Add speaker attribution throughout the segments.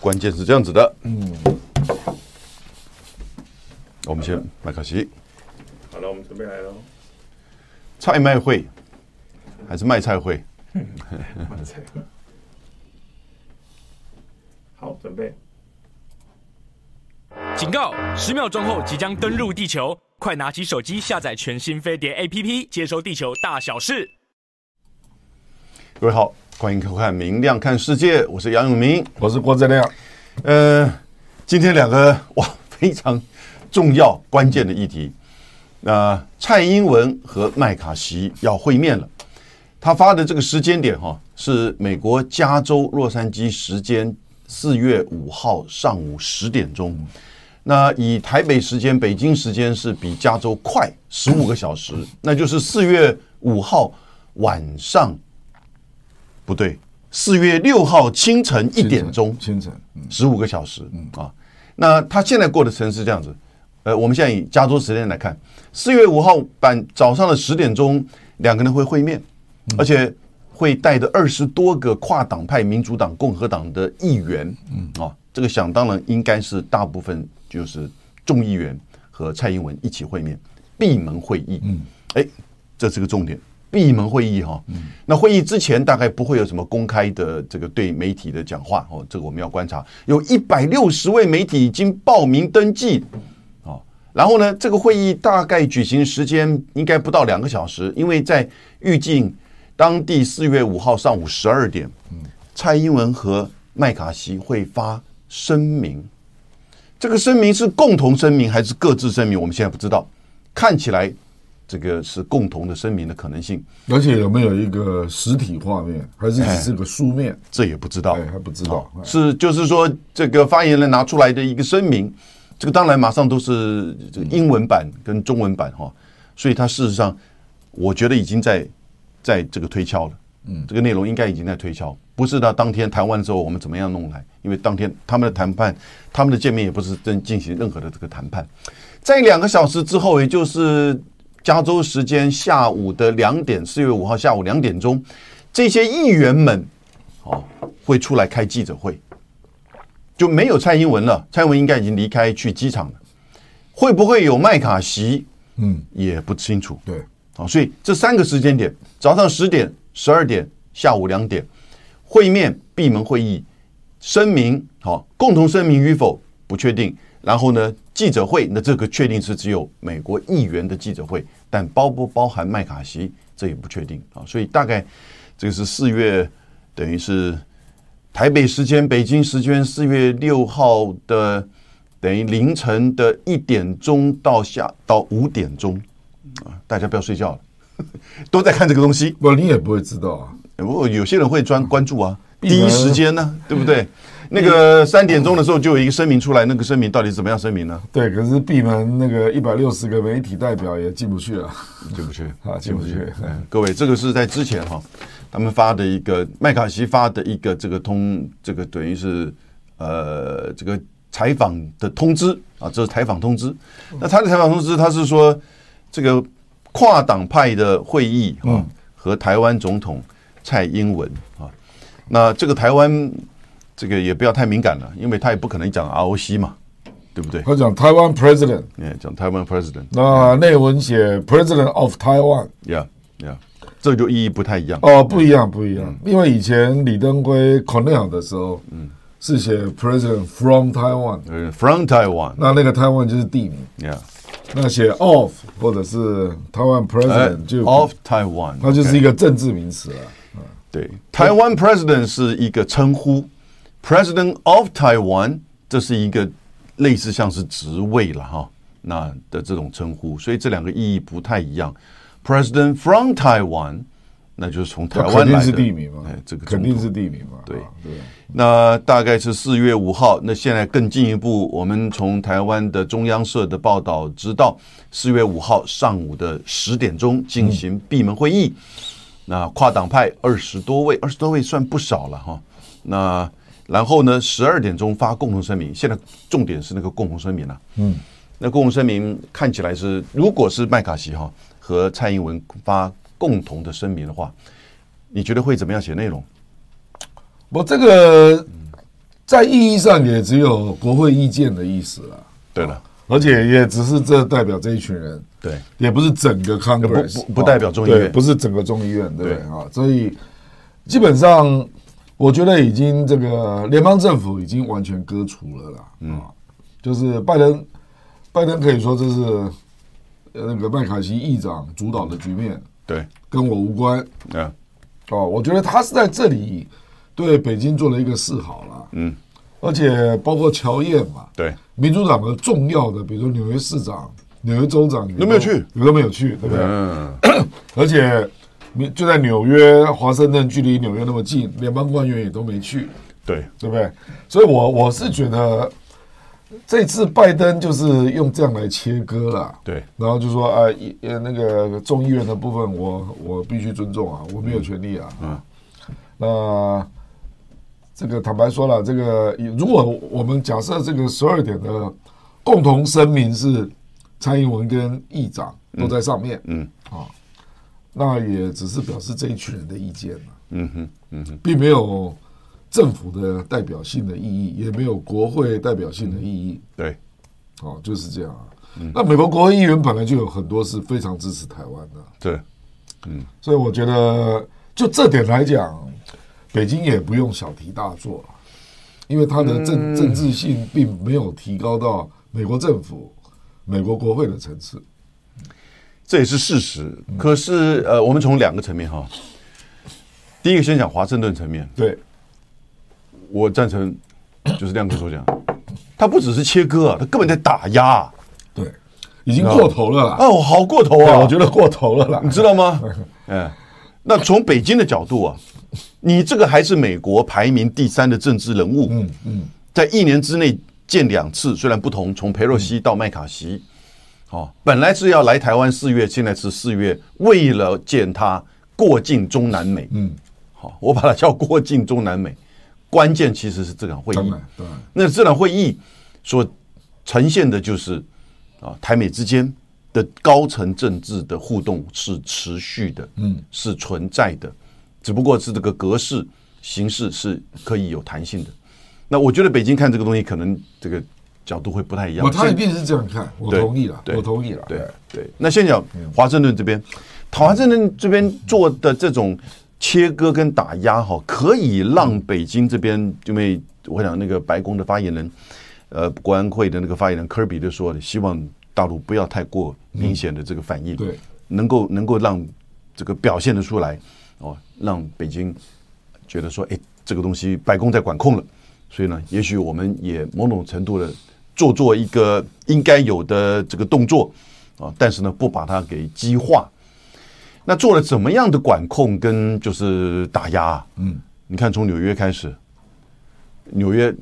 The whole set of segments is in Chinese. Speaker 1: 关键是这样子的，嗯，我们先麦卡锡，
Speaker 2: 好了，我们准备来了。
Speaker 1: 菜卖会还是卖菜会？
Speaker 2: 好，准备。
Speaker 3: 警告！十秒钟后即将登陆地球，快拿起手机下载全新飞碟 APP，接收地球大小事。
Speaker 1: 各位好，欢迎收看《明亮看世界》，我是杨永明。
Speaker 2: 我是郭正亮。
Speaker 1: 呃，今天两个哇非常重要关键的议题，那、蔡英文和麦卡锡要会面了。他发的这个时间点哈、是美国加州洛杉矶时间四月五号上午十点钟。那以台北时间、北京时间是比加州快十五个小时，那就是四月五号晚上，不对，四月六号清晨一点钟，
Speaker 4: 清晨，嗯，
Speaker 1: 十五个小时，啊，那他现在过的城市这样子，呃，我们现在以加州时间来看，四月五号晚早上的十点钟，两个人会会面，
Speaker 4: 嗯
Speaker 1: 而且会带着二十多个跨党派民主党、共和党的议员，嗯啊，这个想当然应该是大部分就是众议员和蔡英文一起会面，闭门会议，嗯，哎，这是个重点。闭门会议哈、那会议之前大概不会有什么公开的这个对媒体的讲话哦，这个我们要观察。有一百六十位媒体已经报名登记哦，然后呢，这个会议大概举行时间应该不到两个小时，因为在预计当地四月五号上午十二点，蔡英文和麦卡锡会发声明。这个声明是共同声明还是各自声明？我们现在不知道。看起来这个是共同的声明的可能性，
Speaker 4: 而且有没有一个实体画面，还是只是个书面？
Speaker 1: 这也不知道
Speaker 4: 哎，。还不知道。哎
Speaker 1: 是就是说，这个发言人拿出来的一个声明，这个当然马上都是这个英文版跟中文版哈，所以它事实上，我觉得已经在在这个推敲了。嗯，这个内容应该已经在推敲，不是他当天谈完之后我们怎么样弄来，因为当天他们的谈判，他们的见面也不是正进行任何的这个谈判，在两个小时之后，也就是加州时间下午的两点，四月五号下午两点钟，这些议员们哦会出来开记者会，就没有蔡英文了，蔡英文应该已经离开去机场了，会不会有麦卡锡
Speaker 4: 嗯，
Speaker 1: 也不清楚。
Speaker 4: 对，
Speaker 1: 啊，所以这三个时间点：早上十点、十二点、下午两点，会面闭门会议，声明好、共同声明与否不确定。然后呢，记者会那这个确定是只有美国议员的记者会，但包不包含麦卡锡这也不确定啊。所以大概这个是四月，等于是台北时间、北京时间四月六号的等于凌晨的一点钟到下到五点钟。大家不要睡觉了， 都在看这个东西。
Speaker 4: 不，你也不会知道啊。
Speaker 1: 不过有些人会专关注啊，
Speaker 4: 闭
Speaker 1: 第
Speaker 4: 门
Speaker 1: 一时间呢、对不对？那个三点钟的时候就有一个声明出来，那个声明到底怎么样声明呢？
Speaker 4: 对，可是闭门那个一百六十个媒体代表也进不去啊，
Speaker 1: 进不去
Speaker 4: 啊，进 不去。哎
Speaker 1: 各位，这个是在之前哈、他们发的一个麦卡锡发的一个这个通，这个等于是呃这个采访的通知啊，这是采访通知。那他的采访通知，他是说这个跨党派的会议啊，和台湾总统蔡英文啊，那这个台湾这个也不要太敏感了，因为他也不可能讲 ROC 嘛，对不对？
Speaker 4: 他讲台湾 president，
Speaker 1: 哎，讲台湾 president，
Speaker 4: 那内文写 president of Taiwan，
Speaker 1: 呀呀，这就意义不太一样。
Speaker 4: 哦，不一样，不一样，因为以前李登辉 Cornell 的时候，嗯，是写 president from Taiwan，
Speaker 1: 呃，from Taiwan，
Speaker 4: 那那个 Taiwan 就是地名，
Speaker 1: 呀。
Speaker 4: 那写 of 或者是台湾 president 就
Speaker 1: 呃 of Taiwan，
Speaker 4: 它就是一
Speaker 1: OK
Speaker 4: 个政治名词啊。
Speaker 1: 对台湾 president 是一个称呼，president of Taiwan 这是一个类似像是职位了哈，那的这种称呼，所以这两个意义不太一样。president from Taiwan，那就是从台
Speaker 4: 那
Speaker 1: 湾
Speaker 4: 肯定
Speaker 1: 来的
Speaker 4: 是地名嘛
Speaker 1: 哎，，这个
Speaker 4: 肯
Speaker 1: 总
Speaker 4: 定
Speaker 1: 统
Speaker 4: 是地名嘛，
Speaker 1: 对
Speaker 4: 啊对。
Speaker 1: 那大概是四月五号。那现在更进一步，我们从台湾的中央社的报道知道，四月五号上午的十点钟进行闭门会议。那跨党派二十多位，二十多位算不少了哈。那然后呢，十二点钟发共同声明。现在重点是那个共同声明啊。嗯，那共同声明看起来是，如果是麦卡锡哈和蔡英文发共同的声明的话，你觉得会怎么样写内容？
Speaker 4: 我这个在意义上也只有国会意见的意思啦，
Speaker 1: 对了，
Speaker 4: 而且也只是这代表这一群人，
Speaker 1: 对，
Speaker 4: 也不是整个 Congress，啊
Speaker 1: 不不代表众议院
Speaker 4: 对不是整个众议院，对不对
Speaker 1: 对
Speaker 4: 啊？所以基本上，我觉得已经这个联邦政府已经完全割除了啦，
Speaker 1: 嗯
Speaker 4: 啊，就是拜登，拜登可以说这是呃那个麦卡锡议长主导的局面，
Speaker 1: 对，
Speaker 4: 跟我无关，
Speaker 1: 嗯，
Speaker 4: 哦，我觉得他是在这里对北京做了一个示好啦。嗯，而且包括乔燕嘛，
Speaker 1: 对，
Speaker 4: 民主党的重要的，比如说纽约市长、纽约州长，你
Speaker 1: 都没有去
Speaker 4: 你都没有去，对不对？
Speaker 1: 嗯，
Speaker 4: 而且你就在纽约，华盛顿距离纽约那么近，联邦官员也都没去，
Speaker 1: 对，
Speaker 4: 对不对？所以我我是觉得这次拜登就是用这样来切割啦。
Speaker 1: 对，
Speaker 4: 然后就说啊，一呃那个众议院的部分我，我必须尊重啊，我没有权利啊。嗯，那这个坦白说了，这个呃如果我们假设这个十二点的共同声明是蔡英文跟议长都在上面，嗯啊，那也只是表示这一群人的意见嘛，
Speaker 1: 嗯哼，嗯哼，
Speaker 4: 并没有政府的代表性的意义，也没有国会代表性的意义。
Speaker 1: 对，
Speaker 4: 哦，就是这样啊。那美国国会议员本来就有很多是非常支持台湾的，
Speaker 1: 对，
Speaker 4: 所以我觉得就这点来讲，北京也不用小题大做了，因为它的政政治性并没有提高到美国政府、美国国会的层次。
Speaker 1: 这也是事实。
Speaker 4: 嗯
Speaker 1: 可是，呃，我们从两个层面哈，第一个先讲华盛顿层面，
Speaker 4: 对，
Speaker 1: 我赞成，就是亮哥所讲，他不只是切割啊，他根本在打压啊，
Speaker 4: 对，已经过头了啦。
Speaker 1: 哦，好过头
Speaker 4: 对
Speaker 1: 啊，
Speaker 4: 我觉得过头了啦。
Speaker 1: 你知道吗？ 嗯，那从北京的角度啊，你这个还是美国排名第三的政治人物，嗯嗯，在一年之内见两次，虽然不同，从佩洛西到麦卡锡，哦，本来是要来台湾四月，现在是四月，为了见他过境中南美，嗯，好、我把它叫过境中南美，关键其实是这场会
Speaker 4: 当
Speaker 1: 议，
Speaker 4: 然，当然，
Speaker 1: 那这场会议所呈现的就是啊，台美之间的高层政治的互动是持续的，嗯，是存在的，只不过是这个格式形式是可以有弹性的。那我觉得北京看这个东西，可能这个角度会不太一样。
Speaker 4: 我他
Speaker 1: 现
Speaker 4: 一定是这样看，我
Speaker 1: 对
Speaker 4: 同意了，
Speaker 1: 对
Speaker 4: 我同意了。
Speaker 1: 对对。那先讲华盛顿这边，嗯华盛顿这边做的这种切割跟打压哈，可以让北京这边，因为我想那个白宫的发言人，呃，国安会的那个发言人科比就说，希望大陆不要太过明显的这个反应，
Speaker 4: 对，
Speaker 1: 能够能够让这个表现得出来，哦，让北京觉得说，哎，这个东西白宫在管控了，所以呢，也许我们也某种程度的做做一个应该有的这个动作啊，但是呢，不把它给激化。那做了怎么样的管控跟就是打压、嗯，你看从纽约开始，纽约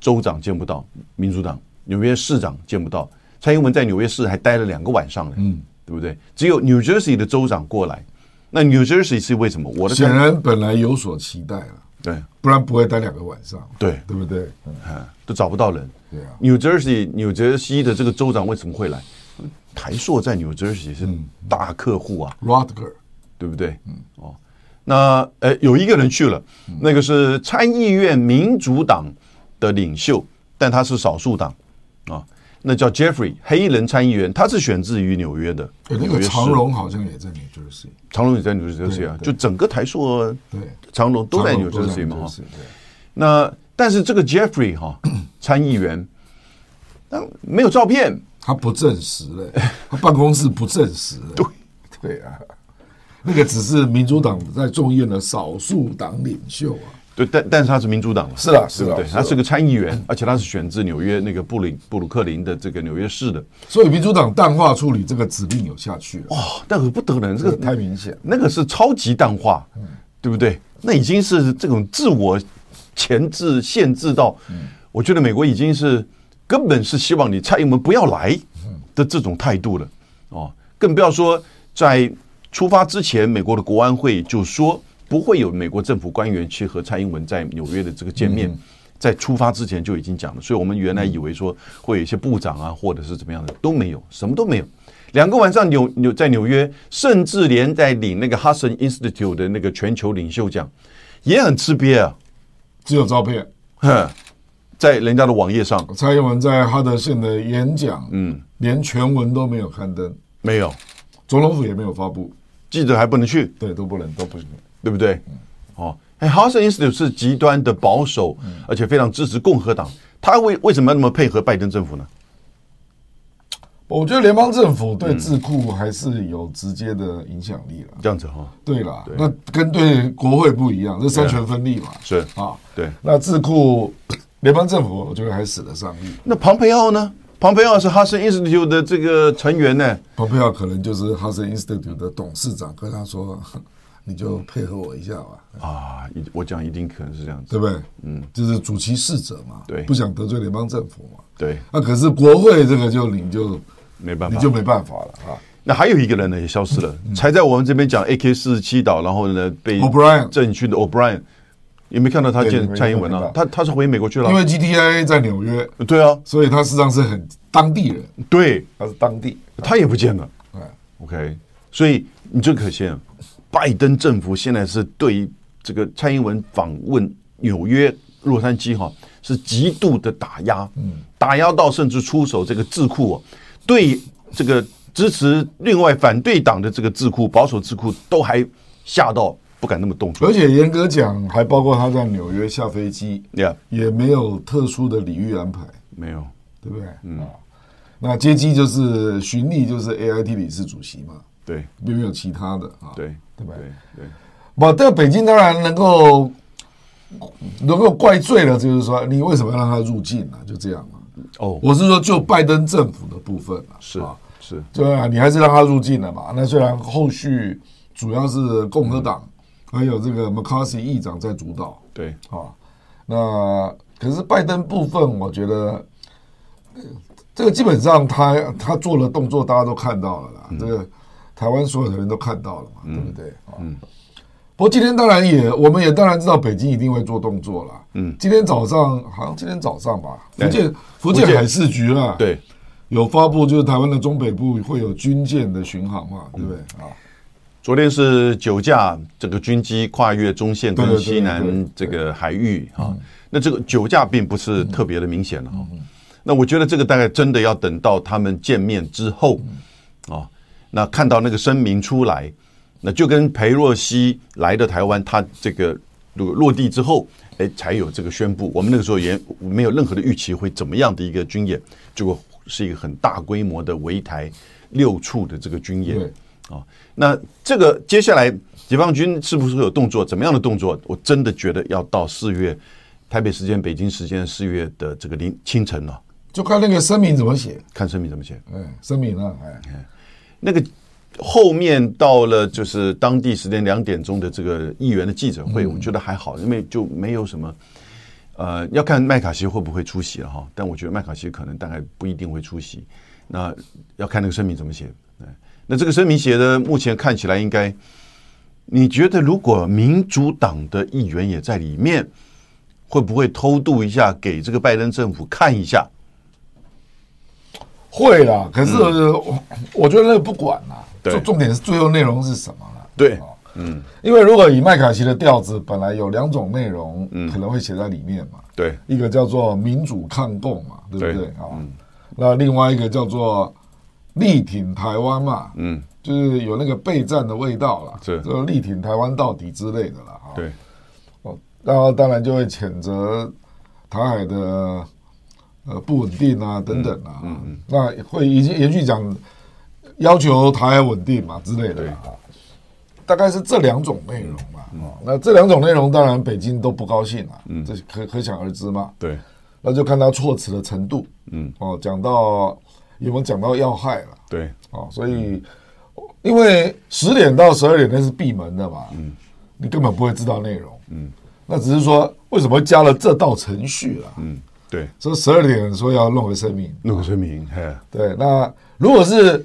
Speaker 1: 州长见不到民主党，纽约市长见不到，蔡英文在纽约市还待了两个晚上呢，嗯，对不对？只有 New Jersey 的州长过来，那 New Jersey 是为什么？我的
Speaker 4: 显
Speaker 1: 看
Speaker 4: 然本来有所期待了，
Speaker 1: 对
Speaker 4: 不然不会待两个晚上，
Speaker 1: 对
Speaker 4: 对不对？嗯
Speaker 1: 啊，都找不到人。
Speaker 4: 对啊。
Speaker 1: New Jersey 纽泽西的这个州长为什么会来？台硕在 New Jersey 是大客户啊，
Speaker 4: Rodger，
Speaker 1: 对不对？嗯，哦，那呃，有一个人去了，那个是参议院民主党的领袖，但他是少数党啊，那叫 Jeffrey 黑人参议员，他是选自于纽约的，
Speaker 4: 哎那
Speaker 1: 纽
Speaker 4: 个
Speaker 1: 约市
Speaker 4: 长荣好像也在 New Jersey，
Speaker 1: 长荣也在纽泽西啊，就整个台硕、
Speaker 4: 对，
Speaker 1: 长荣都在
Speaker 4: 长
Speaker 1: 纽
Speaker 4: 荣
Speaker 1: 泽西嘛，哦
Speaker 4: New
Speaker 1: 哈
Speaker 4: Jersey，对
Speaker 1: 那但是这个 Jeffrey 哈、参议员，那没有照片，
Speaker 4: 他不证实 嘞，他办公室不证实嘞，对对啊，那个只是民主党在众议院的少数党领袖啊，
Speaker 1: 对，但但是他是民主党嘛，
Speaker 4: 是啦是
Speaker 1: 对
Speaker 4: 啦
Speaker 1: 不对？
Speaker 4: 是啊啦
Speaker 1: 他是个参议员，而且他是选自纽约那个布里布鲁克林的这个纽约市的，
Speaker 4: 所以民主党淡化处理这个指令有下去了，
Speaker 1: 哦，那可不得了，这
Speaker 4: 这
Speaker 1: 个
Speaker 4: 个太嗯明显了，
Speaker 1: 那个是超级淡化，对不对？那已经是这种自我钳制、限制到，
Speaker 4: 嗯
Speaker 1: 我觉得美国已经是根本是希望你蔡英文不要来
Speaker 4: 嗯
Speaker 1: 的这种态度了。哦，更不要说在出发之前，美国的国安会就说不会有美国政府官员去和蔡英文在纽约的这个见面。在出发之前就已经讲了，所以我们原来以为说会有一些部长啊，或者是怎么样的都没有，什么都没有。两个晚上纽纽在纽约，甚至连在领那个 Hudson Institute 的那个全球领袖奖，也很吃瘪啊。
Speaker 4: 只有照片，
Speaker 1: 哼，在人家的网页上
Speaker 4: 蔡英文在哈德县的演讲，嗯，连全文都没有刊登，
Speaker 1: 没有，
Speaker 4: 总统府也没有发布，
Speaker 1: 记者还不能去，
Speaker 4: 对，都不能，都不行。
Speaker 1: 对不对？哦，哎，Hudson Institute 是极端的保守，而且非常支持共和党。他为为什么要那么配合拜登政府呢？
Speaker 4: 我觉得联邦政府对智库还是有直接的影响力了。
Speaker 1: 这样子哈、哦，
Speaker 4: 对啦，那跟对国会不一样，这三权分立嘛。
Speaker 1: 是
Speaker 4: 啊，
Speaker 1: 对。
Speaker 4: 那智库联邦政府，我觉得还使得上力。
Speaker 1: 那庞培奥呢？庞培奥是 Hudson Institute 的这个成员呢。
Speaker 4: 蓬佩奥可能就是哈森 Institute 的董事长跟他说，你就配合我一下吧，
Speaker 1: 啊，一我讲一定可能是这样子。
Speaker 4: 对不对？嗯，就是主其事者嘛，
Speaker 1: 对
Speaker 4: 不想得罪联邦政府嘛。
Speaker 1: 对，
Speaker 4: 那可是国会这个就你就
Speaker 1: 没办法，
Speaker 4: 你就嗯没办法了啊。
Speaker 1: 那还有一个人呢，也消失了，才在我们这边讲 AK 四十七岛，然后呢被
Speaker 4: O'Brien
Speaker 1: 政区的 O'Brien，也没看到他
Speaker 4: 对
Speaker 1: 见
Speaker 4: 没
Speaker 1: 蔡英文
Speaker 4: 没
Speaker 1: 啊
Speaker 4: 看，
Speaker 1: 他他是回美国去了
Speaker 4: 因。为 GTI 在纽约，
Speaker 1: 对啊，
Speaker 4: 所以他事实上是很当地人，
Speaker 1: 对，
Speaker 4: 他是当地。
Speaker 1: 他也不见了。
Speaker 4: 哎，
Speaker 1: OK，所以你就可见，拜登政府现在是对于这个蔡英文访问纽约、洛杉矶哈、是极度的打压，打压到甚至出手这个智库、哦，对这个支持另外反对党的这个智库、保守智库都还吓到不敢那么动作
Speaker 4: 而。且严格讲，还包括他在纽约下飞机，
Speaker 1: Yeah，
Speaker 4: 也没有特殊的礼遇安排，
Speaker 1: 没有，
Speaker 4: 对不对？嗯。啊那接机就是巡礼，就是 AIT 理事主席嘛，
Speaker 1: 对
Speaker 4: 并没有其他的啊。
Speaker 1: 对
Speaker 4: 对吧
Speaker 1: 对对，
Speaker 4: 不，但北京当然能够能够怪罪了，就是说你为什么要让他入境啊呢、就这样嘛、
Speaker 1: 哦，
Speaker 4: 我是说，就拜登政府的部分啊，
Speaker 1: 是
Speaker 4: 啊，
Speaker 1: 是，
Speaker 4: 对啊，你还是让他入境了嘛。那虽然后续主要是共和
Speaker 1: 嗯
Speaker 4: 党、还有这个 McCarthy 议长在主导
Speaker 1: 对
Speaker 4: 啊，那可是拜登部分，我觉得、呃这个基本上他他做的动作大家都看到了啦，
Speaker 1: 嗯
Speaker 4: 这个台湾所有的人都看到了嘛，对不对？啊、
Speaker 1: 嗯
Speaker 4: 不过今天当然也，我们也当然知道北京一定会做动作了。嗯，今天早上好像今天早上吧，福建福建
Speaker 1: 福建
Speaker 4: 海事局啦，
Speaker 1: 对。
Speaker 4: 有发布，就是台湾的中北部会有军舰的巡航嘛，对不对啊？
Speaker 1: 昨天是九架这个军机跨越中线
Speaker 4: 对
Speaker 1: 跟
Speaker 4: 对对
Speaker 1: 西
Speaker 4: 对
Speaker 1: 南
Speaker 4: 对嗯
Speaker 1: 这个海域啊，那这个九架并不是特别的明显了哈。啊那我觉得这个大概真的要等到他们见面之后
Speaker 4: 嗯
Speaker 1: 啊，那看到那个声明出来，那就跟裴若曦来的台湾，他这个落落地之后，哎，才有这个宣布。我们那个时候也没有任何的预期会怎么样的一个军演，结果是一个很大规模的围台六处的这个军演
Speaker 4: 对。
Speaker 1: 啊。那这个接下来解放军是不是会有动作？怎么样的动作？我真的觉得要到四月台北时间、北京时间四月的这个凌清晨了、哦
Speaker 4: 就看那个声明怎么写，
Speaker 1: 看声明怎么写。
Speaker 4: 哎，声明啊，哎，
Speaker 1: 那个后面到了就是当地时间两点钟的这个议员的记者会，我觉得还好，因为就没有什么。呃，要看麦卡锡会不会出席了哈，但我觉得麦卡锡可能大概不一定会出席。那要看那个声明怎么写。哎那这个声明写的，目前看起来应该，你觉得如果民主党的议员也在里面，会不会偷渡一下给这个拜登政府看一下？
Speaker 4: 会啦。可是我我觉得那个不管啦，
Speaker 1: 对
Speaker 4: 重重点是最后内容是什么啦。
Speaker 1: 对
Speaker 4: 哦，嗯，因为如果以麦卡锡的调子，本来有两种内容可能会写在里面嘛，
Speaker 1: 对
Speaker 4: 一个叫做民主抗共嘛，对不
Speaker 1: 对
Speaker 4: 对啊？那另外一个叫做力挺台湾嘛，嗯，就是有那个备战的味道啦，
Speaker 1: 是
Speaker 4: 就力挺台湾到底之类的啦，啊。
Speaker 1: 对，
Speaker 4: 哦，然后当然就会谴责台海的呃不稳定啊等等啊，嗯嗯，那会延续延续讲要求台海稳定嘛之类的啊，大概是这两种内容嘛，哦，那这两种内容当然北京都不高兴啊，嗯，这可可想而知嘛，
Speaker 1: 对
Speaker 4: 那就看他措辞的程度，嗯，哦，讲到有没有讲到要害了。
Speaker 1: 对
Speaker 4: 哦，所以因为十点到十二点那是闭门的嘛，嗯，你根本不会知道内容，嗯，那只是说为什么加了这道程序啦，嗯，
Speaker 1: 对，
Speaker 4: 说十二点说要弄个声明，
Speaker 1: 弄个声明，嘿，
Speaker 4: 对，那如果是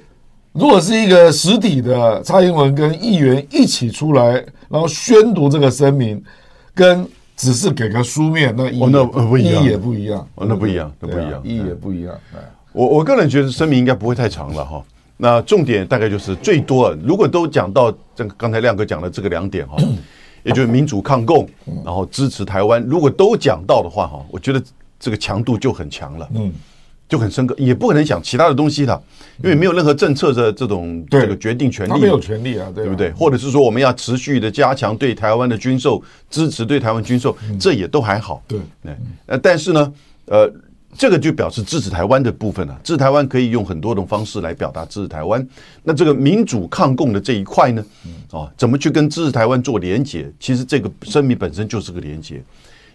Speaker 4: 如果是一个实体的蔡英文跟议员一起出来，然后宣读这个声明，跟只是给个书面，那意义
Speaker 1: 哦那呃不一样
Speaker 4: 意义也不一样，
Speaker 1: 哦那不一样
Speaker 4: 对
Speaker 1: 那
Speaker 4: 对
Speaker 1: 不一样
Speaker 4: 对啊意义也不一样，哎。
Speaker 1: 我我个人觉得声明应该不会太长了哈。那重点大概就是最多，如果都讲到这个刚才亮哥讲的这个两点 哈，
Speaker 4: 嗯
Speaker 1: 也就是民主抗共，然后支持台湾，如果都讲到的话哈，我觉得这个强度就很强了，
Speaker 4: 嗯，
Speaker 1: 就很深刻，也不可能想其他的东西了，因为没有任何政策的这种
Speaker 4: 对
Speaker 1: 这个决定权
Speaker 4: 他
Speaker 1: 利，
Speaker 4: 没有权利啊，对
Speaker 1: 对
Speaker 4: 吧
Speaker 1: 不对？？或者是说我们要持续的加强对台湾的军售支持，对台湾军售，
Speaker 4: 嗯
Speaker 1: 这也都还好。
Speaker 4: 对，
Speaker 1: 对，呃，但是呢，呃，这个就表示支持台湾的部分了、支持台湾可以用很多种方式来表达支持台湾。那这个民主抗共的这一块呢，啊，怎么去跟支持台湾做连结？其实这个声明本身就是个连结，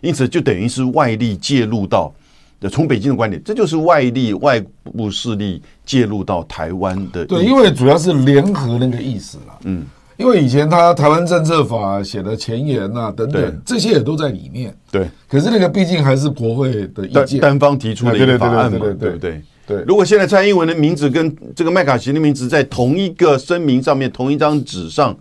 Speaker 1: 因此就等于是外力介入到。呃从北京的观点，这就是外力、外部势力介入到台湾的。
Speaker 4: 对，因为主要是联合那个意思啦。嗯，因为以前他台湾政策法写的前言呐、等
Speaker 1: 对
Speaker 4: 等，这些也都在里面。
Speaker 1: 对，
Speaker 4: 可是那个毕竟还是国会的意
Speaker 1: 单
Speaker 4: 见。
Speaker 1: 单方提出的一
Speaker 4: 啊对
Speaker 1: 个
Speaker 4: 对
Speaker 1: 法案嘛
Speaker 4: 对，对
Speaker 1: 对
Speaker 4: 对
Speaker 1: 不
Speaker 4: 对
Speaker 1: 对？
Speaker 4: 对
Speaker 1: 如果现在蔡英文的名字跟这个麦卡锡的名字在同一个声明上面、同一张纸上，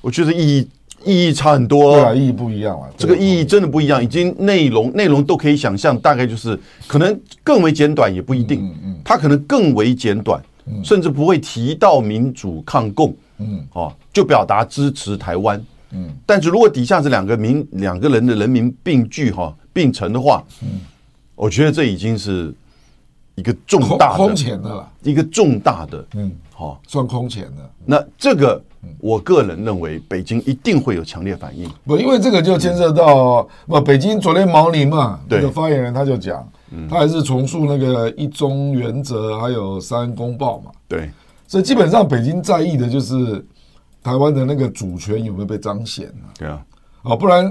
Speaker 1: 我觉得意义意义差很多
Speaker 4: 对啊，
Speaker 1: 哦。
Speaker 4: 意义不一样啊。
Speaker 1: 这个
Speaker 4: 对
Speaker 1: 意义真的不一样，已经内容内容都可以想象，大概就是可能更为简短也不一定，它可能更为简短，甚至不会提到民主抗共，嗯，哦，就表达支持台湾，嗯，但是如果底下是两个民两个人的人民并聚哈、并成的话，嗯，我觉得这已经是一个重
Speaker 4: 空
Speaker 1: 大
Speaker 4: 空
Speaker 1: 的
Speaker 4: 前的啦，
Speaker 1: 一个重大的，嗯，好、
Speaker 4: 算空前的。
Speaker 1: 那这个我个人认为北京一定会有强烈反应，
Speaker 4: 不，因为这个就牵涉到不，北京昨天毛宁嘛，
Speaker 1: 嗯对嗯
Speaker 4: 那个发言人他就讲，他还是重述那个一中原则，还有三公报嘛。
Speaker 1: 对
Speaker 4: 所以基本上北京在意的就是台湾的那个主权有没有被彰显啊，
Speaker 1: 对啊，
Speaker 4: 啊不然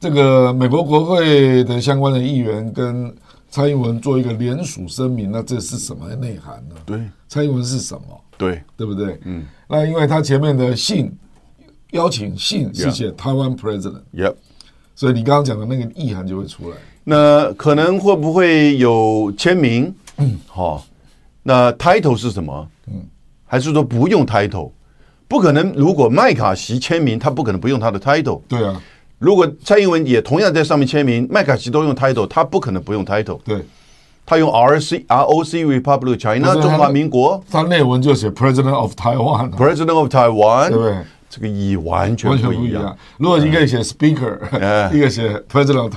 Speaker 4: 这个美国国会的相关的议员跟蔡英文做一个联署声明，那这是什么内涵呢？
Speaker 1: 对
Speaker 4: 蔡英文是什么？
Speaker 1: 对。
Speaker 4: 对不对？嗯，那因为他前面的信邀请信是写台湾 president，
Speaker 1: Yep，
Speaker 4: 所以你刚刚讲的那个意涵就会出来。
Speaker 1: 那可能会不会有签名？嗯，好、那 title 是什么？嗯，还是说不用 title？不可能，如果麦卡锡签名，他不可能不用他的 title。
Speaker 4: 对啊，
Speaker 1: 如果蔡英文也同样在上面签名，麦卡锡都用 title，他不可能不用 title，
Speaker 4: 对，
Speaker 1: 他用 RC ROC Republic of
Speaker 4: 不
Speaker 1: China
Speaker 4: 是他
Speaker 1: 中华民国
Speaker 4: 他内文就写 president of Taiwan，、啊、
Speaker 1: President of Taiwan，
Speaker 4: 对不对？
Speaker 1: 这个意义完全
Speaker 4: 完全
Speaker 1: 不
Speaker 4: 不
Speaker 1: 一
Speaker 4: 一
Speaker 1: 样
Speaker 4: 样。。如果一个写 speaker，、
Speaker 1: 哎
Speaker 4: 一个写 president of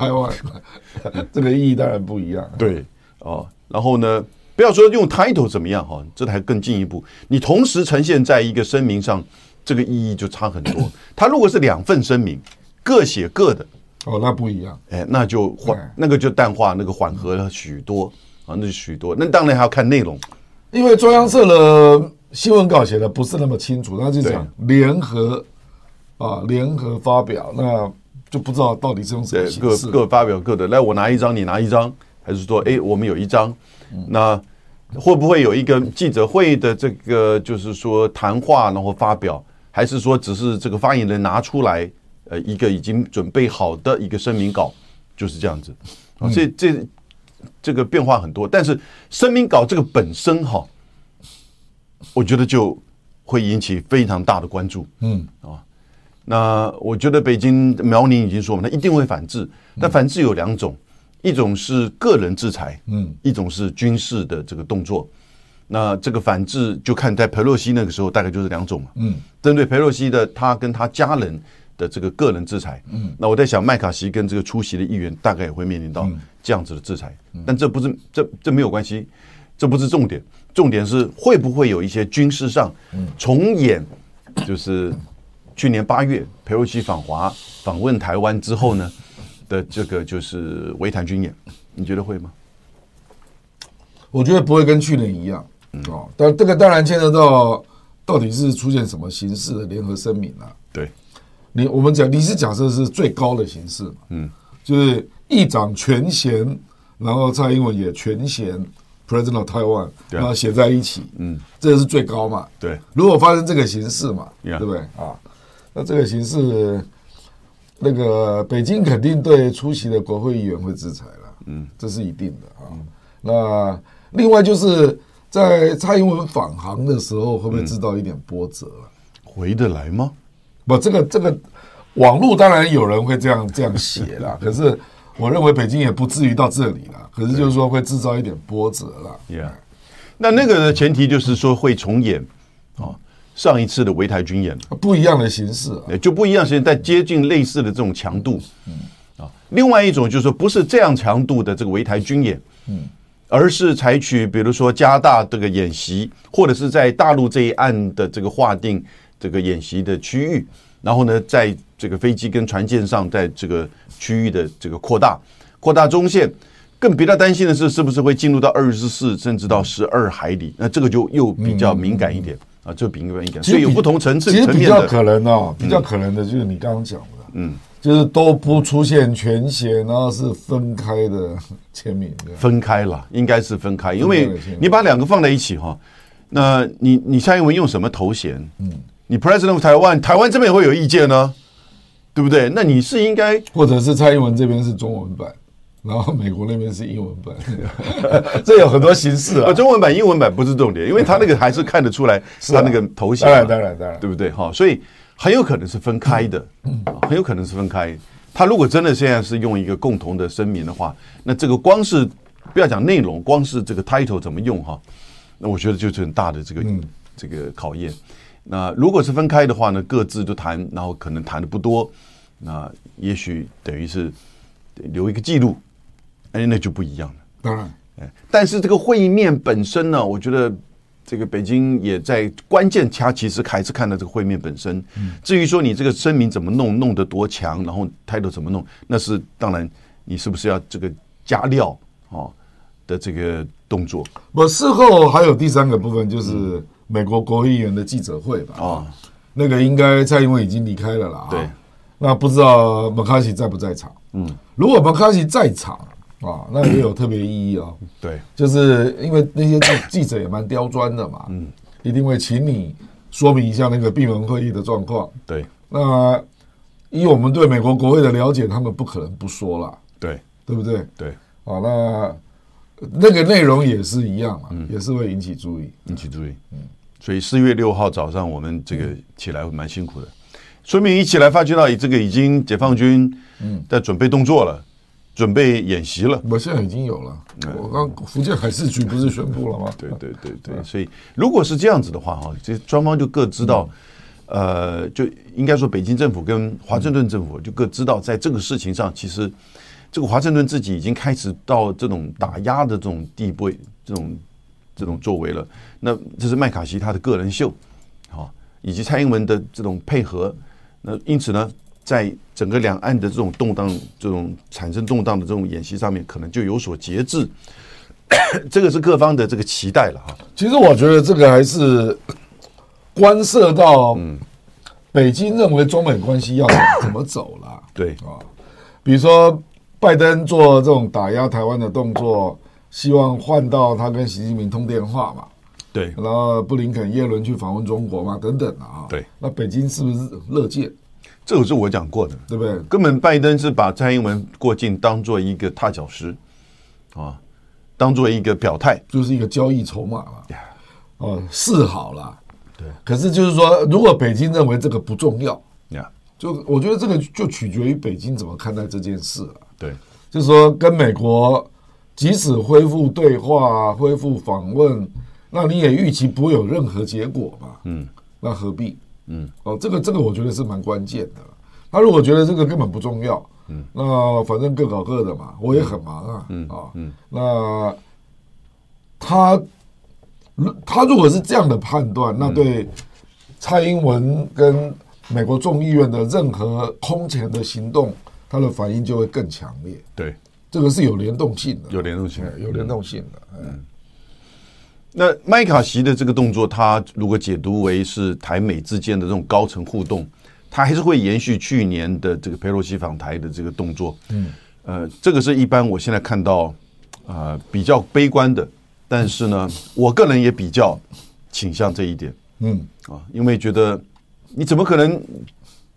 Speaker 4: Taiwan，这 个意义当然不一样。
Speaker 1: 对，哦，然后呢，不要说用 title 怎么样哈、这还更进一步。你同时呈现在一个声明上，这个意义就差很多。它如果是两份声明，各写各的，
Speaker 4: 哦，那不一样。
Speaker 1: 哎，那就缓
Speaker 4: 对，
Speaker 1: 那个就淡化，那个缓和了许多啊，那就许多。那当然还要看内容，
Speaker 4: 因为中央社的新闻稿写的不是那么清楚，他就讲联合啊，联合发表，那就不知道到底是用什么
Speaker 1: 对，
Speaker 4: 形
Speaker 1: 各
Speaker 4: 式。
Speaker 1: 各发表各的。来，我拿一张，你拿一张，还是说，哎，我们有一张，
Speaker 4: 嗯
Speaker 1: 那。会不会有一个记者会的这个，就是说谈话，然后发表，还是说只是这个发言人拿出来，呃，一个已经准备好的一个声明稿，就是这样子。
Speaker 4: 嗯
Speaker 1: 啊、这这这个变化很多，但是声明稿这个本身哈，我觉得就会引起非常大的关注。嗯啊，那我觉得北京辽宁已经说嘛，他一定会反制，但反制有两种。一种是个人制裁，嗯，一种是军事的这个动作。那这个反制就看在佩洛西那个时候，大概就是两种嘛，嗯，针对佩洛西的他跟他家人的这个个人制裁，嗯，那我在想麦卡锡跟这个出席的议员大概也会面临到这样子的制裁，但这不是这这没有关系，这不是重点，重点是会不会有一些军事上重演，就是去年八月佩洛西访华访问台湾之后呢的这个就是围谈军演，你觉得会吗？
Speaker 4: 我觉得不会跟去年一样
Speaker 1: 嗯
Speaker 4: 哦，但这个当然牵涉到到底是出现什么形式的联合声明啊。
Speaker 1: 对，
Speaker 4: 你我们讲你是假设是最高的形式嘛，嗯，就是议长全衔，然后蔡英文也全衔 President of Taiwan，
Speaker 1: 对啊
Speaker 4: 然后写在一起，嗯，这是最高嘛，
Speaker 1: 对
Speaker 4: 如果发生这个形式嘛
Speaker 1: Yeah
Speaker 4: 对不对啊？那这个形式，那个北京肯定对出席的国会议员会制裁了，嗯，这是一定的啊。那另外就是在蔡英文返航的时候，会不会制造一点波折啊？
Speaker 1: 回得来吗？
Speaker 4: 不，这个这个网络当然有人会这样这样写啦，可是我认为北京也不至于到这里啦，可是就是说会制造一点波折啦。
Speaker 1: Yeah，那那个的前提就是说会重演啊、上一次的围台军演，
Speaker 4: 不一样的形式啊，嗯
Speaker 1: 呃就不一样，现在接近类似的这种强度啊。另外一种就是说不是这样强度的这个围台军演，
Speaker 4: 嗯
Speaker 1: 而是采取比如说加大这个演习，或者是在大陆这一岸的这个划定这个演习的区域，然后呢，在这个飞机跟船舰上，在这个区域的这个扩大，扩大中线。更比较担心的是，是不是会进入到二十四甚至到十二海里？那这个就又比较敏感一点、啊，就比较敏感。
Speaker 4: 嗯其
Speaker 1: 所
Speaker 4: 实
Speaker 1: 以有
Speaker 4: 比
Speaker 1: 不同层次
Speaker 4: 其实
Speaker 1: 层
Speaker 4: 比
Speaker 1: 面
Speaker 4: 较
Speaker 1: 的嗯
Speaker 4: 可能哦，比较可能的就是你刚刚讲的，嗯，就是都不出现全写，然后是分开的签名的。
Speaker 1: 分开了，应该是分开，因
Speaker 4: 分开
Speaker 1: 为
Speaker 4: 了现在
Speaker 1: 你把两个放在一起哈，那你你蔡英文用什么头衔？嗯，你 President of 台湾，台湾这边也会有意见呢、对不对？那你是应该
Speaker 4: 或者是蔡英文这边是中文版，然后美国那边是英文 版，这有很多形式啊
Speaker 1: 呃。中文版、英文版不是重点，因为他那个还是看得出来
Speaker 4: 啊
Speaker 1: 他那个头衔
Speaker 4: 当然
Speaker 1: 嘛
Speaker 4: 当然当然
Speaker 1: 对不对？哈，所以很有可能是分开的，啊很有可能是分开。他如果真的现在是用一个共同的声明的话，那这个光是不要讲内容，光是这个 title 怎么用哈，那我觉得就是很大的这个、这个考验。那如果是分开的话呢，各自都谈，然后可能谈的不多，那也许等于是留一个记录，哎，那就不一样了。
Speaker 4: 当然，
Speaker 1: 但是这个会面本身呢，我觉得这个北京也在关键，它其实还是看到这个会面本身。至于说你这个声明怎么弄，弄得多强，然后态度怎么弄，那是当然，你是不是要这个加料哦的这个动作
Speaker 4: 我事后还有第三个部分就是美国国会议员的记者会吧。
Speaker 1: 哦，
Speaker 4: 那个应该蔡英文已经离开了啦。
Speaker 1: 对
Speaker 4: 啊，那不知道麦卡锡在不在场？嗯，如果麦卡锡在场啊，那也有特别意义哦。
Speaker 1: 对，
Speaker 4: 就是因为那些记记者也蛮刁钻的嘛，嗯，一定会请你说明一下那个闭门会议的状况。
Speaker 1: 对，
Speaker 4: 那以我们对美国国会的了解，他们不可能不说啦，
Speaker 1: 对，
Speaker 4: 对不对？
Speaker 1: 对，
Speaker 4: 好，那那个内容也是一样
Speaker 1: 嗯
Speaker 4: 嘛，也是会引起注意。
Speaker 1: 引起注意。所以四月六号早上我们这个起来蛮辛苦的，说明一起来发觉到哎这个已经解放军在准备动作了，准备演习了。
Speaker 4: 我现在已经有了，我刚福建海事局不是宣布了吗？
Speaker 1: 哎 对对对对，啊所以如果是这样子的话哈，这双方就各知道，呃，就应该说北京政府跟华盛顿政府就各知道，在这个事情上，其实这个华盛顿自己已经开始到这种打压的这种地步，这种这种作为了。那这是麦卡锡他的个人秀，好、以及蔡英文的这种配合，那因此呢，在整个两岸的这种动荡、这种产生动荡的这种演习上面，可能就有所节制。这个是各方的这个期待了哈。
Speaker 4: 其实我觉得这个还是关涉到
Speaker 1: 嗯
Speaker 4: 北京认为中美关系要怎么走啦。
Speaker 1: 对
Speaker 4: 啊，比如说拜登做这种打压台湾的动作，希望换到他跟习近平通电话嘛，
Speaker 1: 对
Speaker 4: 然后布林肯、耶伦去访问中国嘛，等等啊。
Speaker 1: 对，
Speaker 4: 那北京是不是乐见？
Speaker 1: 这个是我讲过的，
Speaker 4: 对不对？
Speaker 1: 根本拜登是把蔡英文过境当做一个踏脚石，啊，当做一个表态。
Speaker 4: 就是一个交易筹码了。哦，是好啦。对，可是就是说，如果北京认为这个不重要，
Speaker 1: 呀，
Speaker 4: 就我觉得这个就取决于北京怎么看待这件事了、
Speaker 1: 对
Speaker 4: 就是说，跟美国即使恢复对话、啊恢复访问，那你也预期不会有任何结果嘛？嗯，那何必？嗯，哦，这个这个我觉得是蛮关键的了。他如果觉得这个根本不重要，嗯，那反正各搞各的嘛，我也很忙啊，嗯啊，嗯，那他如他如果是这样的判断，那对蔡英文跟美国众议院的任何空前的行动，他的反应就会更强烈。
Speaker 1: 对，
Speaker 4: 这个是有联动性的，
Speaker 1: 有联动性
Speaker 4: 哎有联动性的。嗯，
Speaker 1: 那麦卡锡的这个动作，他如果解读为是台美之间的这种高层互动，他还是会延续去年的这个佩洛西访台的这个动作。嗯，呃，这个是一般我现在看到呃比较悲观的，但是呢，我个人也比较倾向这一点。
Speaker 4: 嗯，
Speaker 1: 啊，因为觉得你怎么可能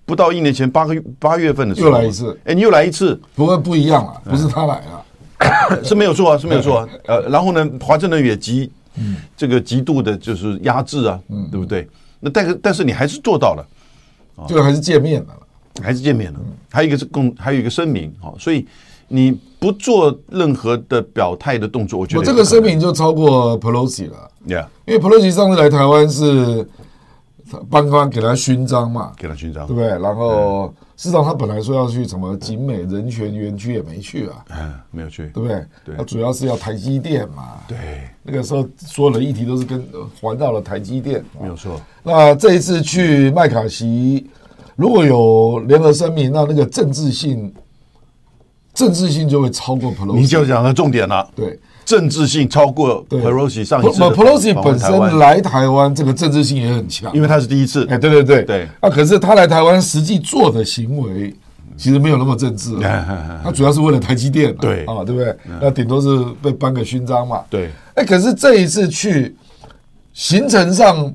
Speaker 1: 不到一年前八个月八月份的时候
Speaker 4: 又来一次？
Speaker 1: 哎，你又来一次
Speaker 4: 不过不一样了，
Speaker 1: 嗯
Speaker 4: 不是他来啊了，
Speaker 1: 是没有错啊，是没有错啊。呃，然后呢，华盛顿也极
Speaker 4: 嗯
Speaker 1: 这个极度的就是压制啊，对不对？那但是但是你还是做到了，哦
Speaker 4: 这个还是见面的了。
Speaker 1: 还是见面了。
Speaker 4: 嗯
Speaker 1: 还有一个是共，还有一个声明，好，所以你不做任何的表态的动作，我觉得
Speaker 4: 我这个声明就超过 Pelosi 了，
Speaker 1: 呀，
Speaker 4: 因为 Pelosi 上次来台湾是他，班官给他勋章嘛，
Speaker 1: 给他勋章嗯
Speaker 4: 对不，对？然后市长他本来说要去什么景美人权园区也没去啊，
Speaker 1: 嗯，没有去，
Speaker 4: 对不对？
Speaker 1: 对
Speaker 4: 他主要是要台积电嘛。
Speaker 1: 对，
Speaker 4: 那个时候所有的议题都是跟呃环绕了台积电。
Speaker 1: 没有错，
Speaker 4: 那这一次去麦卡锡，如果有联合声明，那那个政治性，政治性就会超过 Pelosi。
Speaker 1: 你就讲到重点了，
Speaker 4: 对
Speaker 1: 政治性超过
Speaker 4: 对
Speaker 1: Pelosi 上一次的访问台
Speaker 4: Pelosi
Speaker 1: 湾
Speaker 4: 本身，来台湾，这个政治性也很强
Speaker 1: 因。为他是第一次
Speaker 4: 哎，，对对对
Speaker 1: 对
Speaker 4: 啊，可是他来台湾实际做的行为，
Speaker 1: 嗯
Speaker 4: 其实没有那么政治 啊，他主要是为了台积电啊，
Speaker 1: 对嗯
Speaker 4: 啊，对不对？那顶多是被颁个勋章嘛。
Speaker 1: 对
Speaker 4: 哎，可是这一次去行程上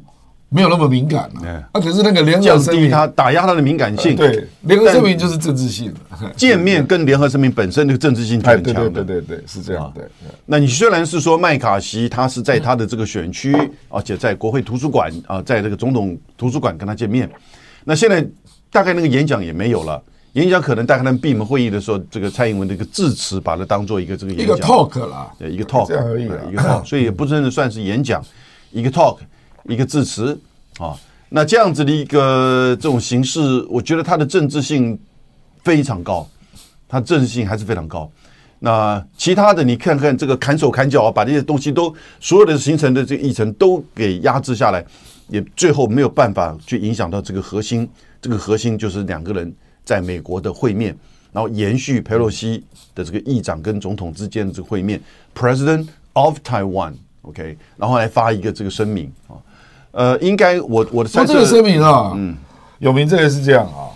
Speaker 4: 没有那么敏感
Speaker 1: 嗯
Speaker 4: 啊，啊，可是那个联合
Speaker 1: 降
Speaker 4: 声
Speaker 1: 低
Speaker 4: 明，
Speaker 1: 他打压他的敏感性，
Speaker 4: 对，联合声明就是政治性的，
Speaker 1: 见面跟联合声明本身的政治性就
Speaker 4: 哎，
Speaker 1: 很
Speaker 4: 对对
Speaker 1: 强的
Speaker 4: 对。对对，是这样，对。对
Speaker 1: 那你虽然是说麦卡锡他是在他的这个选区，而且在国会图书馆啊，在这个总统图书馆跟他见面，那现在大概那个演讲也没有了。演讲可能大概他们闭门会议的时候，这个蔡英文的一个致辞，把它当做一个这个
Speaker 4: 一
Speaker 1: 演
Speaker 4: 个
Speaker 1: 讲
Speaker 4: talk 啦，
Speaker 1: 呃，一个 talk，
Speaker 4: 这样而已啊啦
Speaker 1: 呃一个 talk，所以也不真的算是演讲，一个 talk，一个致辞啊。那这样子的一个这种形式，我觉得它的政治性非常高，它政治性还是非常高。那其他的你看看这个砍手砍脚啊，把这些东西都所有的形成的这个议程都给压制下来，也最后没有办法去影响到这个核心。这个核心就是两个人在美国的会面，然后延续佩洛西的这个议长跟总统之间的这个会面，President of Taiwan，OK，、然后来发一个这个声明啊，呃，应该我我的
Speaker 4: 说
Speaker 1: 猜
Speaker 4: 这个声
Speaker 1: 测，
Speaker 4: 明啊，嗯，有名这个是这样啊，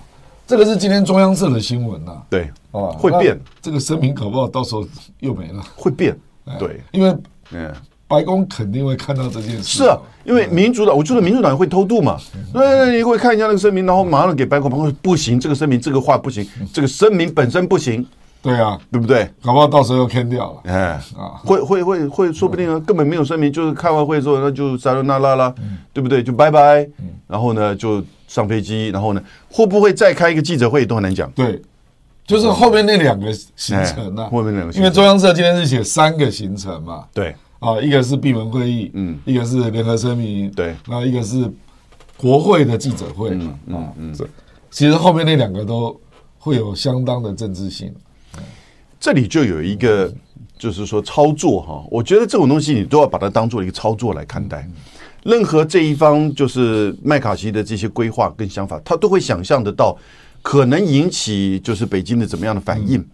Speaker 4: 这个是今天中央社的新闻呐、
Speaker 1: 对，
Speaker 4: 啊，
Speaker 1: 会变
Speaker 4: 那这个声明搞不好到时候又没了，
Speaker 1: 会变，
Speaker 4: 哎
Speaker 1: 对，
Speaker 4: 因为
Speaker 1: 嗯。
Speaker 4: 白宫肯定会看到这件事。
Speaker 1: 是啊，因为民主党，我觉得民主党会偷渡嘛。那那你会看一下那个声明，然后马上给白宫，白宫说不行，这个声明这个话不行，这个声明本身不行，
Speaker 4: 对啊，
Speaker 1: 对不对？
Speaker 4: 搞不好到时候又 can 掉了。
Speaker 1: 哎
Speaker 4: 啊，
Speaker 1: 会会会会，说不定啊根本没有声明，就是开完会之后，那就撒拉那拉啦，对不对？就拜拜，然后呢就上飞机，然后呢会不会再开一个记者会都很难讲。
Speaker 4: 对，就是后面那两个行程啊，
Speaker 1: 哎后面两个行程
Speaker 4: 因为中央社今天是写三个行程嘛，
Speaker 1: 对
Speaker 4: 啊，一个是闭门会议，嗯，一个是联合声明，
Speaker 1: 对嗯
Speaker 4: 然后一个是国会的记者会嘛，啊，这其实后面那两个都会有相当的政治性，
Speaker 1: 这里就有一个，就是说操作哈，我觉得这种东西你都要把它当做一个操作来看待。任何这一方就是麦卡锡的这些规划跟想法，他都会想象得到可能引起就是北京的怎么样的反
Speaker 4: 嗯
Speaker 1: 应，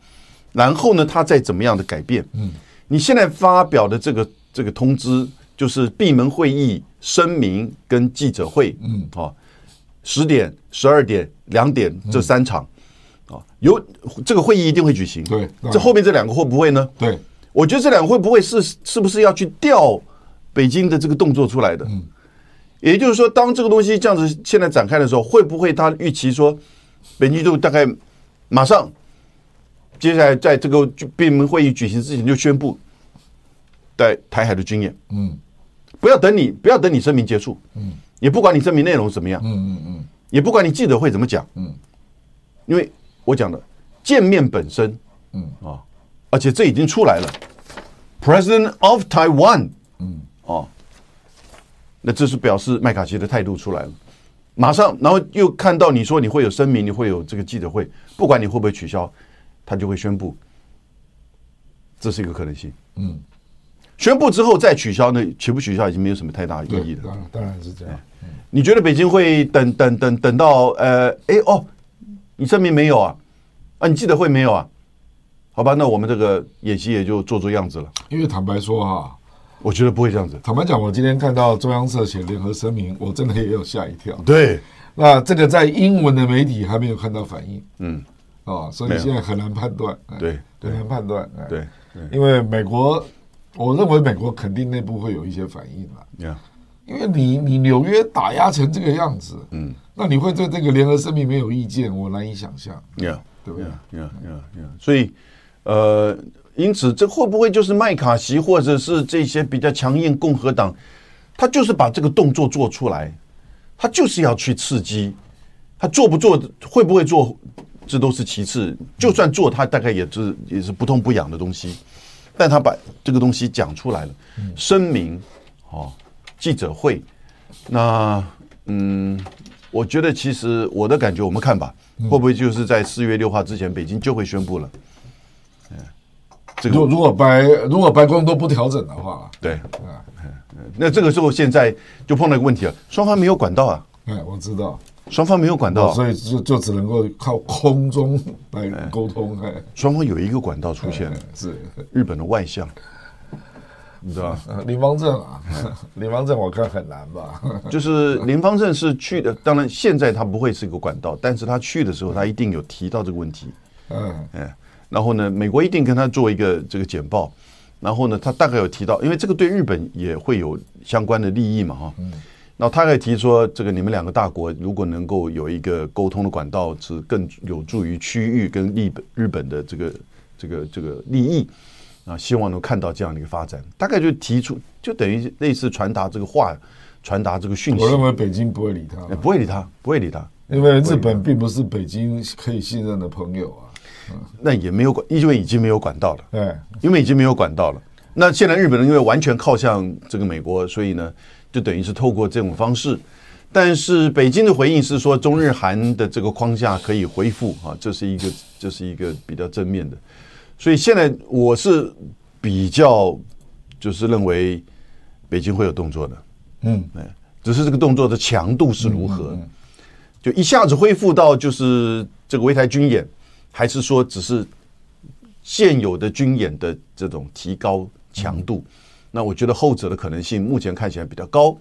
Speaker 1: 然后呢，他再怎么样的改变。嗯，你现在发表的这个这个通知，就是闭门会议、声明跟记者会，嗯，啊，十点、十二点、两点
Speaker 4: 嗯
Speaker 1: 这三场，啊，有这个会议一定会举行。
Speaker 4: 对当然
Speaker 1: 这后面这两个会不会呢？
Speaker 4: 对，
Speaker 1: 我觉得这两个会不会是是不是要去调北京的这个动作出来的？也就是说，当这个东西这样子现在展开的时候，会不会他预期说，北京就大概马上接下来在这个举闭门会议举行之前就宣布在台海的军演？
Speaker 4: 嗯
Speaker 1: 不要等你，不要等你声明结束，嗯，也不管你声明内容怎么样，
Speaker 4: 嗯嗯嗯，
Speaker 1: 也不管你记者会怎么讲，
Speaker 4: 嗯，
Speaker 1: 因为我讲的见面本身，
Speaker 4: 嗯
Speaker 1: 啊，而且这已经出来了，President of Taiwan，
Speaker 4: 嗯，
Speaker 1: 哦，那这是表示麦卡锡的态度出来了，马上，然后又看到你说你会有声明，你会有这个记者会，不管你会不会取消，他就会宣布，这是一个可能性，
Speaker 4: 嗯，
Speaker 1: 宣布之后再取消，那取不取消已经没有什么太大意义嗯
Speaker 4: 对，
Speaker 1: 了
Speaker 4: 当。然当然是这样，
Speaker 1: 你觉得北京会等等等等到呃，哎哦，你证明没有啊？啊，你记者会没有啊？好吧，那我们这个演习也就做做样子了。
Speaker 4: 因为坦白说哈、
Speaker 1: 我觉得不会这样子。
Speaker 4: 坦白讲，我今天看到中央社写联合声明，我真的也有吓一跳。
Speaker 1: 对，
Speaker 4: 那这个在英文的媒体还没有看到反应，
Speaker 1: 嗯，
Speaker 4: 啊，所
Speaker 1: 没
Speaker 4: 以
Speaker 1: 有
Speaker 4: 现在很难判断，哎
Speaker 1: 对对
Speaker 4: 很难判断，哎
Speaker 1: 对，
Speaker 4: 因为美国，我认为美国肯定内部会有一些反应啦，
Speaker 1: 你看，
Speaker 4: 因为你你纽约打压成这个样子，嗯，那你会对这个联合声明没有意见，我难以想象，
Speaker 1: 你看，
Speaker 4: 对不对？
Speaker 1: 你看，你看，你看。所以，呃，因此这会不会就是麦卡锡或者是这些比较强硬共和党，他就是把这个动作做出来，他就是要去刺激，他做不做，会不会做，这都是其次。就算做，他大概也是也是不痛不痒的东西，但他把这个东西讲出来了，声明，哦，记者会，那嗯，我觉得其实我的感觉，我们看吧，会不会就是在四月六号之前，北京就会宣布了？嗯，这
Speaker 4: 如
Speaker 1: 个
Speaker 4: 如果白如果白宫都不调整的话，
Speaker 1: 对，哎
Speaker 4: 啊，
Speaker 1: 那这个时候现在就碰到一个问题了，双方没有管道啊，
Speaker 4: 哎，我知道，
Speaker 1: 双方没有管道，
Speaker 4: 所以就就只能够靠空中来沟通，哎，
Speaker 1: 双方有一个管道出现了
Speaker 4: 哎，是
Speaker 1: 日本的外相，你知道吧？
Speaker 4: 呃林方正 啊，林方正我看很难 吧，
Speaker 1: 就是林方正是去的，当然现在他不会是一个管道，但是他去的时候，他一定有提到这个问题。
Speaker 4: 嗯，
Speaker 1: 哎，然后呢，美国一定跟他做一个这个简报，然后呢，他大概有提到，因为这个对日本也会有相关的利益嘛，哈。那他也提说，这个你们两个大国如果能够有一个沟通的管道，是更有助于区域跟日本日本的这个这个这个利益啊，希望能看到这样的一个发展。大概就提出，就等于类似传达这个话，传达这个讯息
Speaker 4: 我，认为北京不会理他
Speaker 1: 哎
Speaker 4: 了，
Speaker 1: 不会理他，不会理他。
Speaker 4: 因为日本并不是北京可以信任的朋友啊，
Speaker 1: 那也没有管，因为已经没有管道了。
Speaker 4: 哎，
Speaker 1: 因为已经没有管道了。那现在日本人因为完全靠向这个美国，所以呢，就等于是透过这种方式。但是北京的回应是说，中日韩的这个框架可以恢复啊，这是一个这是一个比较正面的。所以现在我是比较就是认为北京会有动作的，
Speaker 4: 嗯，
Speaker 1: 哎，只是这个动作的强度是如何，就一下子恢复到就是这个围台军演，还是说只是现有的军演的这种提高强度？
Speaker 4: 嗯
Speaker 1: 那我觉得后者的可能性目前看起来比较高。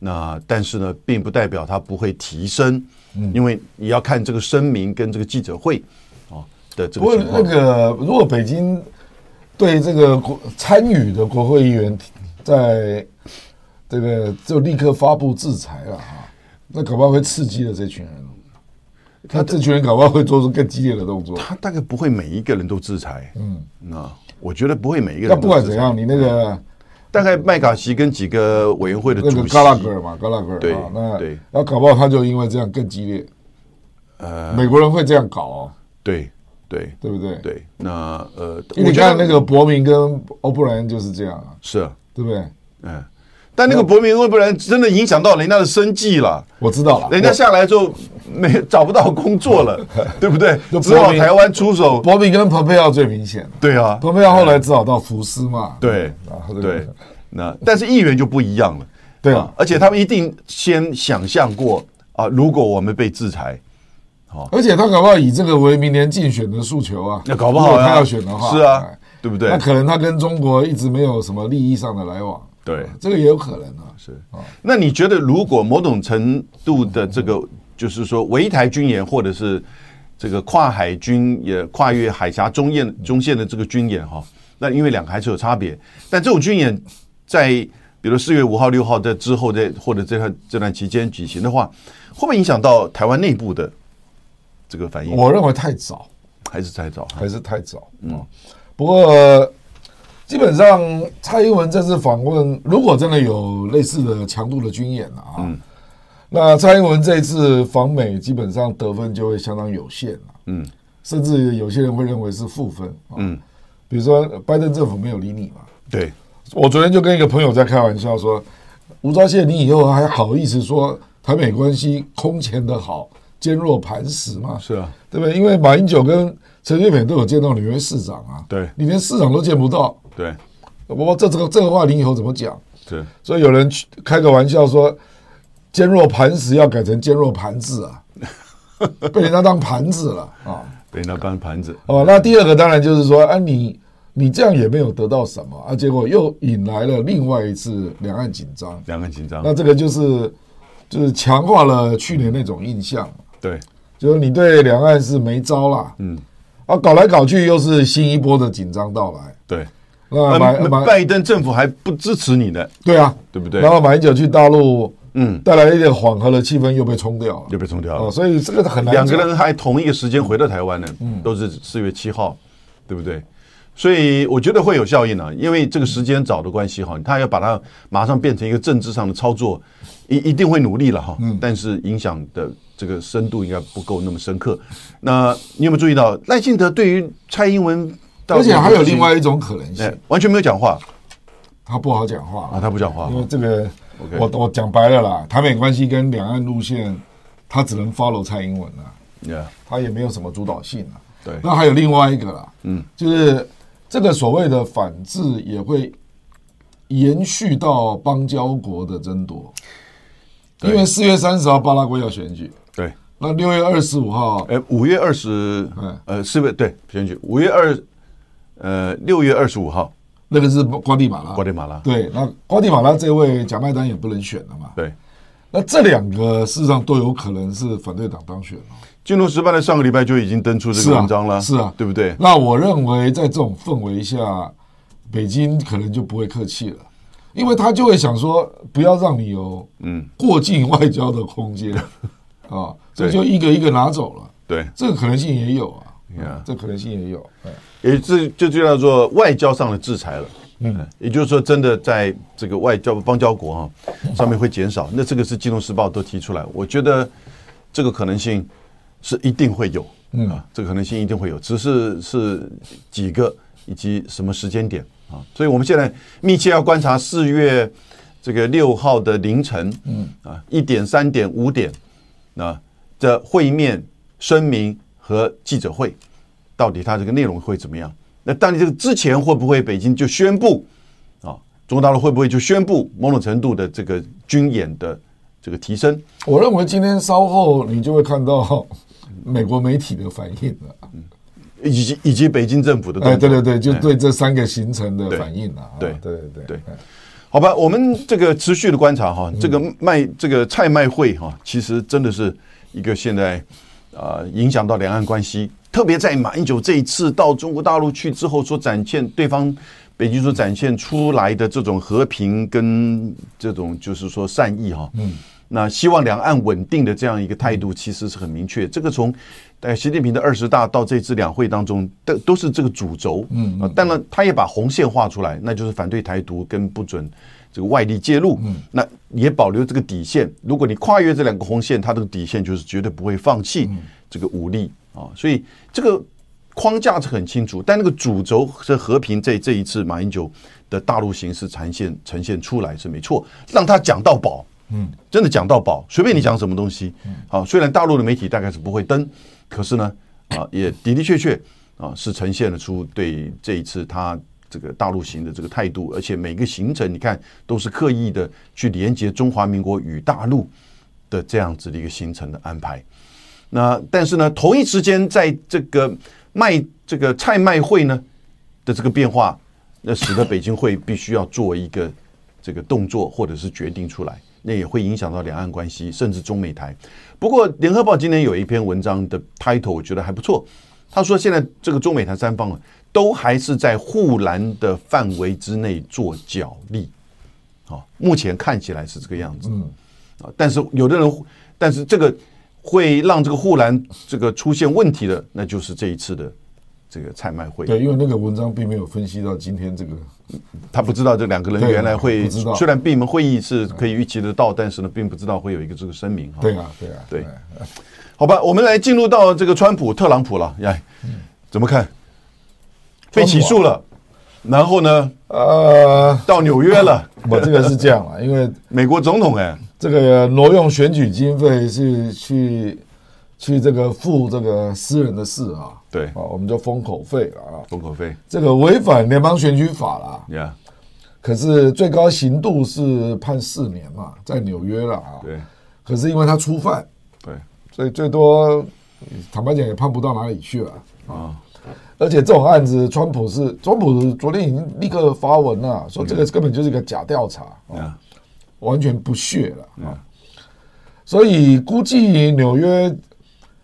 Speaker 1: 那但是呢，并不代表它不会提升，
Speaker 4: 嗯
Speaker 1: 因为你要看这个声明跟这个记者会哦的这
Speaker 4: 不过
Speaker 1: 个情
Speaker 4: 那
Speaker 1: 况。
Speaker 4: 个，如果北京对这个国参与的国会议员在这个就立刻发布制裁了哈，那搞不好会刺激了这群人。他这群人搞不好会做出更激烈的动作。
Speaker 1: 他大概不会每一个人都制裁，嗯，那我觉得不会每一个人
Speaker 4: 那
Speaker 1: 都制裁。
Speaker 4: 不管怎样，你那个
Speaker 1: 大概麦卡锡跟几个委员会的
Speaker 4: 那
Speaker 1: 主
Speaker 4: 个
Speaker 1: 席，
Speaker 4: 嘎拉格尔嘛，嘎拉格尔
Speaker 1: 对
Speaker 4: 啊，那
Speaker 1: 对
Speaker 4: 那搞不好他就因为这样更激烈。呃，美国人会这样搞哦，
Speaker 1: 对对
Speaker 4: 对不对？，
Speaker 1: 对，那呃，
Speaker 4: 因为你看那个伯明跟欧布莱恩就是这样啊，
Speaker 1: 是啊，
Speaker 4: 对不对？
Speaker 1: 嗯，但那个伯明会不然真的影响到人家的生计了，
Speaker 4: 我知道了，
Speaker 1: 人家下来之后没找不到工作 了，对不对
Speaker 4: 就？
Speaker 1: 只
Speaker 4: 伯
Speaker 1: 好
Speaker 4: 明
Speaker 1: 台湾出手，
Speaker 4: 伯明跟蓬佩奥最明显了。
Speaker 1: 对啊，
Speaker 4: 蓬佩奥后来只好到福斯嘛。
Speaker 1: 对
Speaker 4: 啊
Speaker 1: 对，那但是议员就不一样了，
Speaker 4: 对
Speaker 1: 啊，而且他们一定先想象过啊，如果我们被制裁，
Speaker 4: 而且他搞不好以这个为明年竞选的诉求啊。
Speaker 1: 哦那搞不好
Speaker 4: 如果
Speaker 1: 呀
Speaker 4: 他要选的话，
Speaker 1: 是啊
Speaker 4: 哎
Speaker 1: 对不对
Speaker 4: 那可能他跟中国一直没有什么利益上的来往。
Speaker 1: 对
Speaker 4: 这个也有可能啊。是
Speaker 1: 那你觉得，如果某种程度的这个，就是说围台军演，或者是这个跨海军也跨越海峡中线中线的这个军演哈，那因为两个还是有差别，但这种军演在比如四月五号、六号在之后在或者这段这段期间举行的话，会不会影响到台湾内部的这个反应？
Speaker 4: 我认为太早，
Speaker 1: 还是太早哈，
Speaker 4: 还是太早。嗯，不过。基本上，蔡英文这次访问，如果真的有类似的强度的军演啊，那蔡英文这一次访美，基本上得分就会相当有限了。
Speaker 1: 嗯，
Speaker 4: 甚至有些人会认为是负分。嗯，比如说拜登政府没有理你嘛。
Speaker 1: 对，
Speaker 4: 我昨天就跟一个朋友在开玩笑说，吴钊燮，你以后还好意思说台美关系空前的好，坚若磐石吗？
Speaker 1: 是啊，
Speaker 4: 对不对？因为马英九跟陈水扁都有见到纽约市长啊，
Speaker 1: 对
Speaker 4: 你连市长都见不到，
Speaker 1: 对，
Speaker 4: 我这这个这个话你以后怎么讲？
Speaker 1: 是，
Speaker 4: 所以有人去开个玩笑说，坚若磐石要改成坚若盘子啊，被人家当盘子了啊。
Speaker 1: 被那搬盘子，
Speaker 4: 哦，那第二个当然就是说，啊，你你这样也没有得到什么啊，结果又引来了另外一次两岸紧张。
Speaker 1: 两个人紧张
Speaker 4: 那，这个就是就是强化了去年那种印象，
Speaker 1: 对，
Speaker 4: 就是你对两岸是没招啦，
Speaker 1: 嗯，
Speaker 4: 啊，搞来搞去又是新一波的紧张到来。
Speaker 1: 对，呃
Speaker 4: 那马
Speaker 1: 嗯那
Speaker 4: 马
Speaker 1: 拜登政府还不支持你呢，
Speaker 4: 对啊，
Speaker 1: 对不对
Speaker 4: 然后马英九去大陆，
Speaker 1: 嗯。
Speaker 4: 带来一点缓和的气氛，又被冲掉了。
Speaker 1: 就被冲掉了。
Speaker 4: 哦，所以这个很难
Speaker 1: 两
Speaker 4: 讲。
Speaker 1: 个人还同一个时间回到台湾呢，
Speaker 4: 嗯
Speaker 1: 都是四月七号，对不对？所以我觉得会有效应啊，因为这个时间早的关系哈，他要把它马上变成一个政治上的操作，一一定会努力了哈。
Speaker 4: 嗯
Speaker 1: 但是影响的这个深度应该不够那么深刻。那你有没有注意到赖幸德对于蔡英文到
Speaker 4: 而
Speaker 1: 底有没有信心，
Speaker 4: 且还有另外一种可能
Speaker 1: 哎
Speaker 4: 性，
Speaker 1: 完全没有讲话啊
Speaker 4: 他不好讲话
Speaker 1: 啊，他不讲话
Speaker 4: 因为这个
Speaker 1: OK
Speaker 4: 我我讲白了啦，台美关系跟两岸路线他只能 follow 蔡英文啊，
Speaker 1: Yeah，
Speaker 4: 他也没有什么主导性啊。
Speaker 1: 对
Speaker 4: 那还有另外一个啦，嗯，就是这个所谓的反制也会延续到邦交国的争夺，因为四月三十号巴拉圭要选举，
Speaker 1: 对。
Speaker 4: 那六月二十五号
Speaker 1: 呃，五月二十
Speaker 4: 嗯，
Speaker 1: 呃，四月对选举，五月二，呃，六月二十五号，
Speaker 4: 那个是瓜地马拉，
Speaker 1: 瓜地马拉
Speaker 4: 啊对，那瓜地马拉这位贾迈丹也不能选了嘛，
Speaker 1: 对，
Speaker 4: 那这两个事实上都有可能是反对党当选了。
Speaker 1: 《金融时报》在上个礼拜就已经登出这
Speaker 4: 是
Speaker 1: 个
Speaker 4: 啊，
Speaker 1: 文章了，
Speaker 4: 是啊，
Speaker 1: 对不对？
Speaker 4: 那我认为在这种氛围下，北京可能就不会客气了，因为他就会想说，不要让你有嗯过境外交的空 间啊，所以就一个一个拿走了，
Speaker 1: 对，
Speaker 4: 这个可能性也有啊
Speaker 1: Yeah
Speaker 4: 这可能性也有，哎
Speaker 1: 也这这就叫做外交上的制裁了。嗯，也就是说，真的在这个外交邦交国哈、上面会减少，那这个是《金融时报》都提出来，我觉得这个可能性是一定会有，嗯、啊，这个可能性一定会有，只是是几个以及什么时间点啊，所以我们现在密切要观察四月这个六号的凌晨，嗯啊，一点、三点、五点，那、这会面声明和记者会，到底它这个内容会怎么样？那当你这个之前会不会北京就宣布啊，中国大陆会不会就宣布某种程度的这个军演的这个提升？
Speaker 4: 我认为今天稍后你就会看到 美国媒体的反应了，
Speaker 1: 以及以及北京政府的动作
Speaker 4: 哎，对对对，就对这三个行程的反应了，啊
Speaker 1: 对
Speaker 4: 对对
Speaker 1: 对
Speaker 4: 哎
Speaker 1: 好吧，我们这个持续的观察哈，这个
Speaker 4: 嗯
Speaker 1: 卖这个菜卖会哈，其实真的是一个现在啊、呃影响到两岸关系，特别在马英九这一次到中国大陆去之后所展现对方北京所展现出来的这种和平跟这种就是说善意哈，嗯，那希望两岸稳定的这样一个态度其实是很明确，这个从呃习近平的二十大到这次两会当中都都是这个主轴，嗯，啊，当然他也把红线画出来，那就是反对台独跟不准。这个外力介入，那也保留这个底线。如果你跨越这两个红线，它这个底线就是绝对不会放弃这个武力啊。所以这个框架是很清楚，但那个主轴是和平这这一次马英九的大陆形势呈现呈现出来是没错，让他讲到饱，嗯，真的讲到饱，随便你讲什么东西，啊，虽然大陆的媒体大概是不会登，可是呢，啊，也的的确确啊是呈现了出对这一次他这个大陆行的这个态度，而且每个行程你看都是刻意的去连接中华民国与大陆的这样子的一个行程的安排。那但是呢，同一时间在这个卖这个菜卖会呢的这个变化，那使得北京会必须要做一个这个动作或者是决定出来，那也会影响到两岸关系，甚至中美台。不过，《联合报》今天有一篇文章的 title 我觉得还不错，他说现在这个中美台三方啊，都还是在护栏的范围之内做角力，啊、目前看起来是这个样子。啊，但是有的人，但是这个会让这个护栏这个出现问题的，那就是这一次的这个菜卖会。
Speaker 4: 对，因为那个文章并没有分析到今天这个
Speaker 1: 他不知道这两个人
Speaker 4: 对啊
Speaker 1: 原来会，
Speaker 4: 不知道
Speaker 1: 虽然闭门会议是可以预期得到，但是呢，并不知道会有一个这个声明哈。
Speaker 4: 对啊，对啊，
Speaker 1: 对
Speaker 4: 哎
Speaker 1: 好吧，我们来进入到这个川普、特朗普了，哎，怎么看？
Speaker 4: 啊
Speaker 1: 被起诉了，然后呢，
Speaker 4: 呃，
Speaker 1: 到纽约了，
Speaker 4: 我这个是这样啊了，因为
Speaker 1: 美国总统哎，
Speaker 4: 这个挪用选举经费是去去这个付这个私人的事啊，
Speaker 1: 对
Speaker 4: 啊，我们就封口费了啊，
Speaker 1: 封口费
Speaker 4: 这个违反联邦选举法啦，
Speaker 1: 呀，
Speaker 4: 可是最高刑度是判四年嘛，在纽约了啊，
Speaker 1: 对
Speaker 4: 可是因为他初犯，
Speaker 1: 对，
Speaker 4: 所以最多坦白讲也判不到哪里去了。
Speaker 1: 啊，
Speaker 4: 而且这种案子，川普是川普昨天已经立刻发文了，说这个根本就是一个假调查，啊，完全不屑了啊。所以估计纽约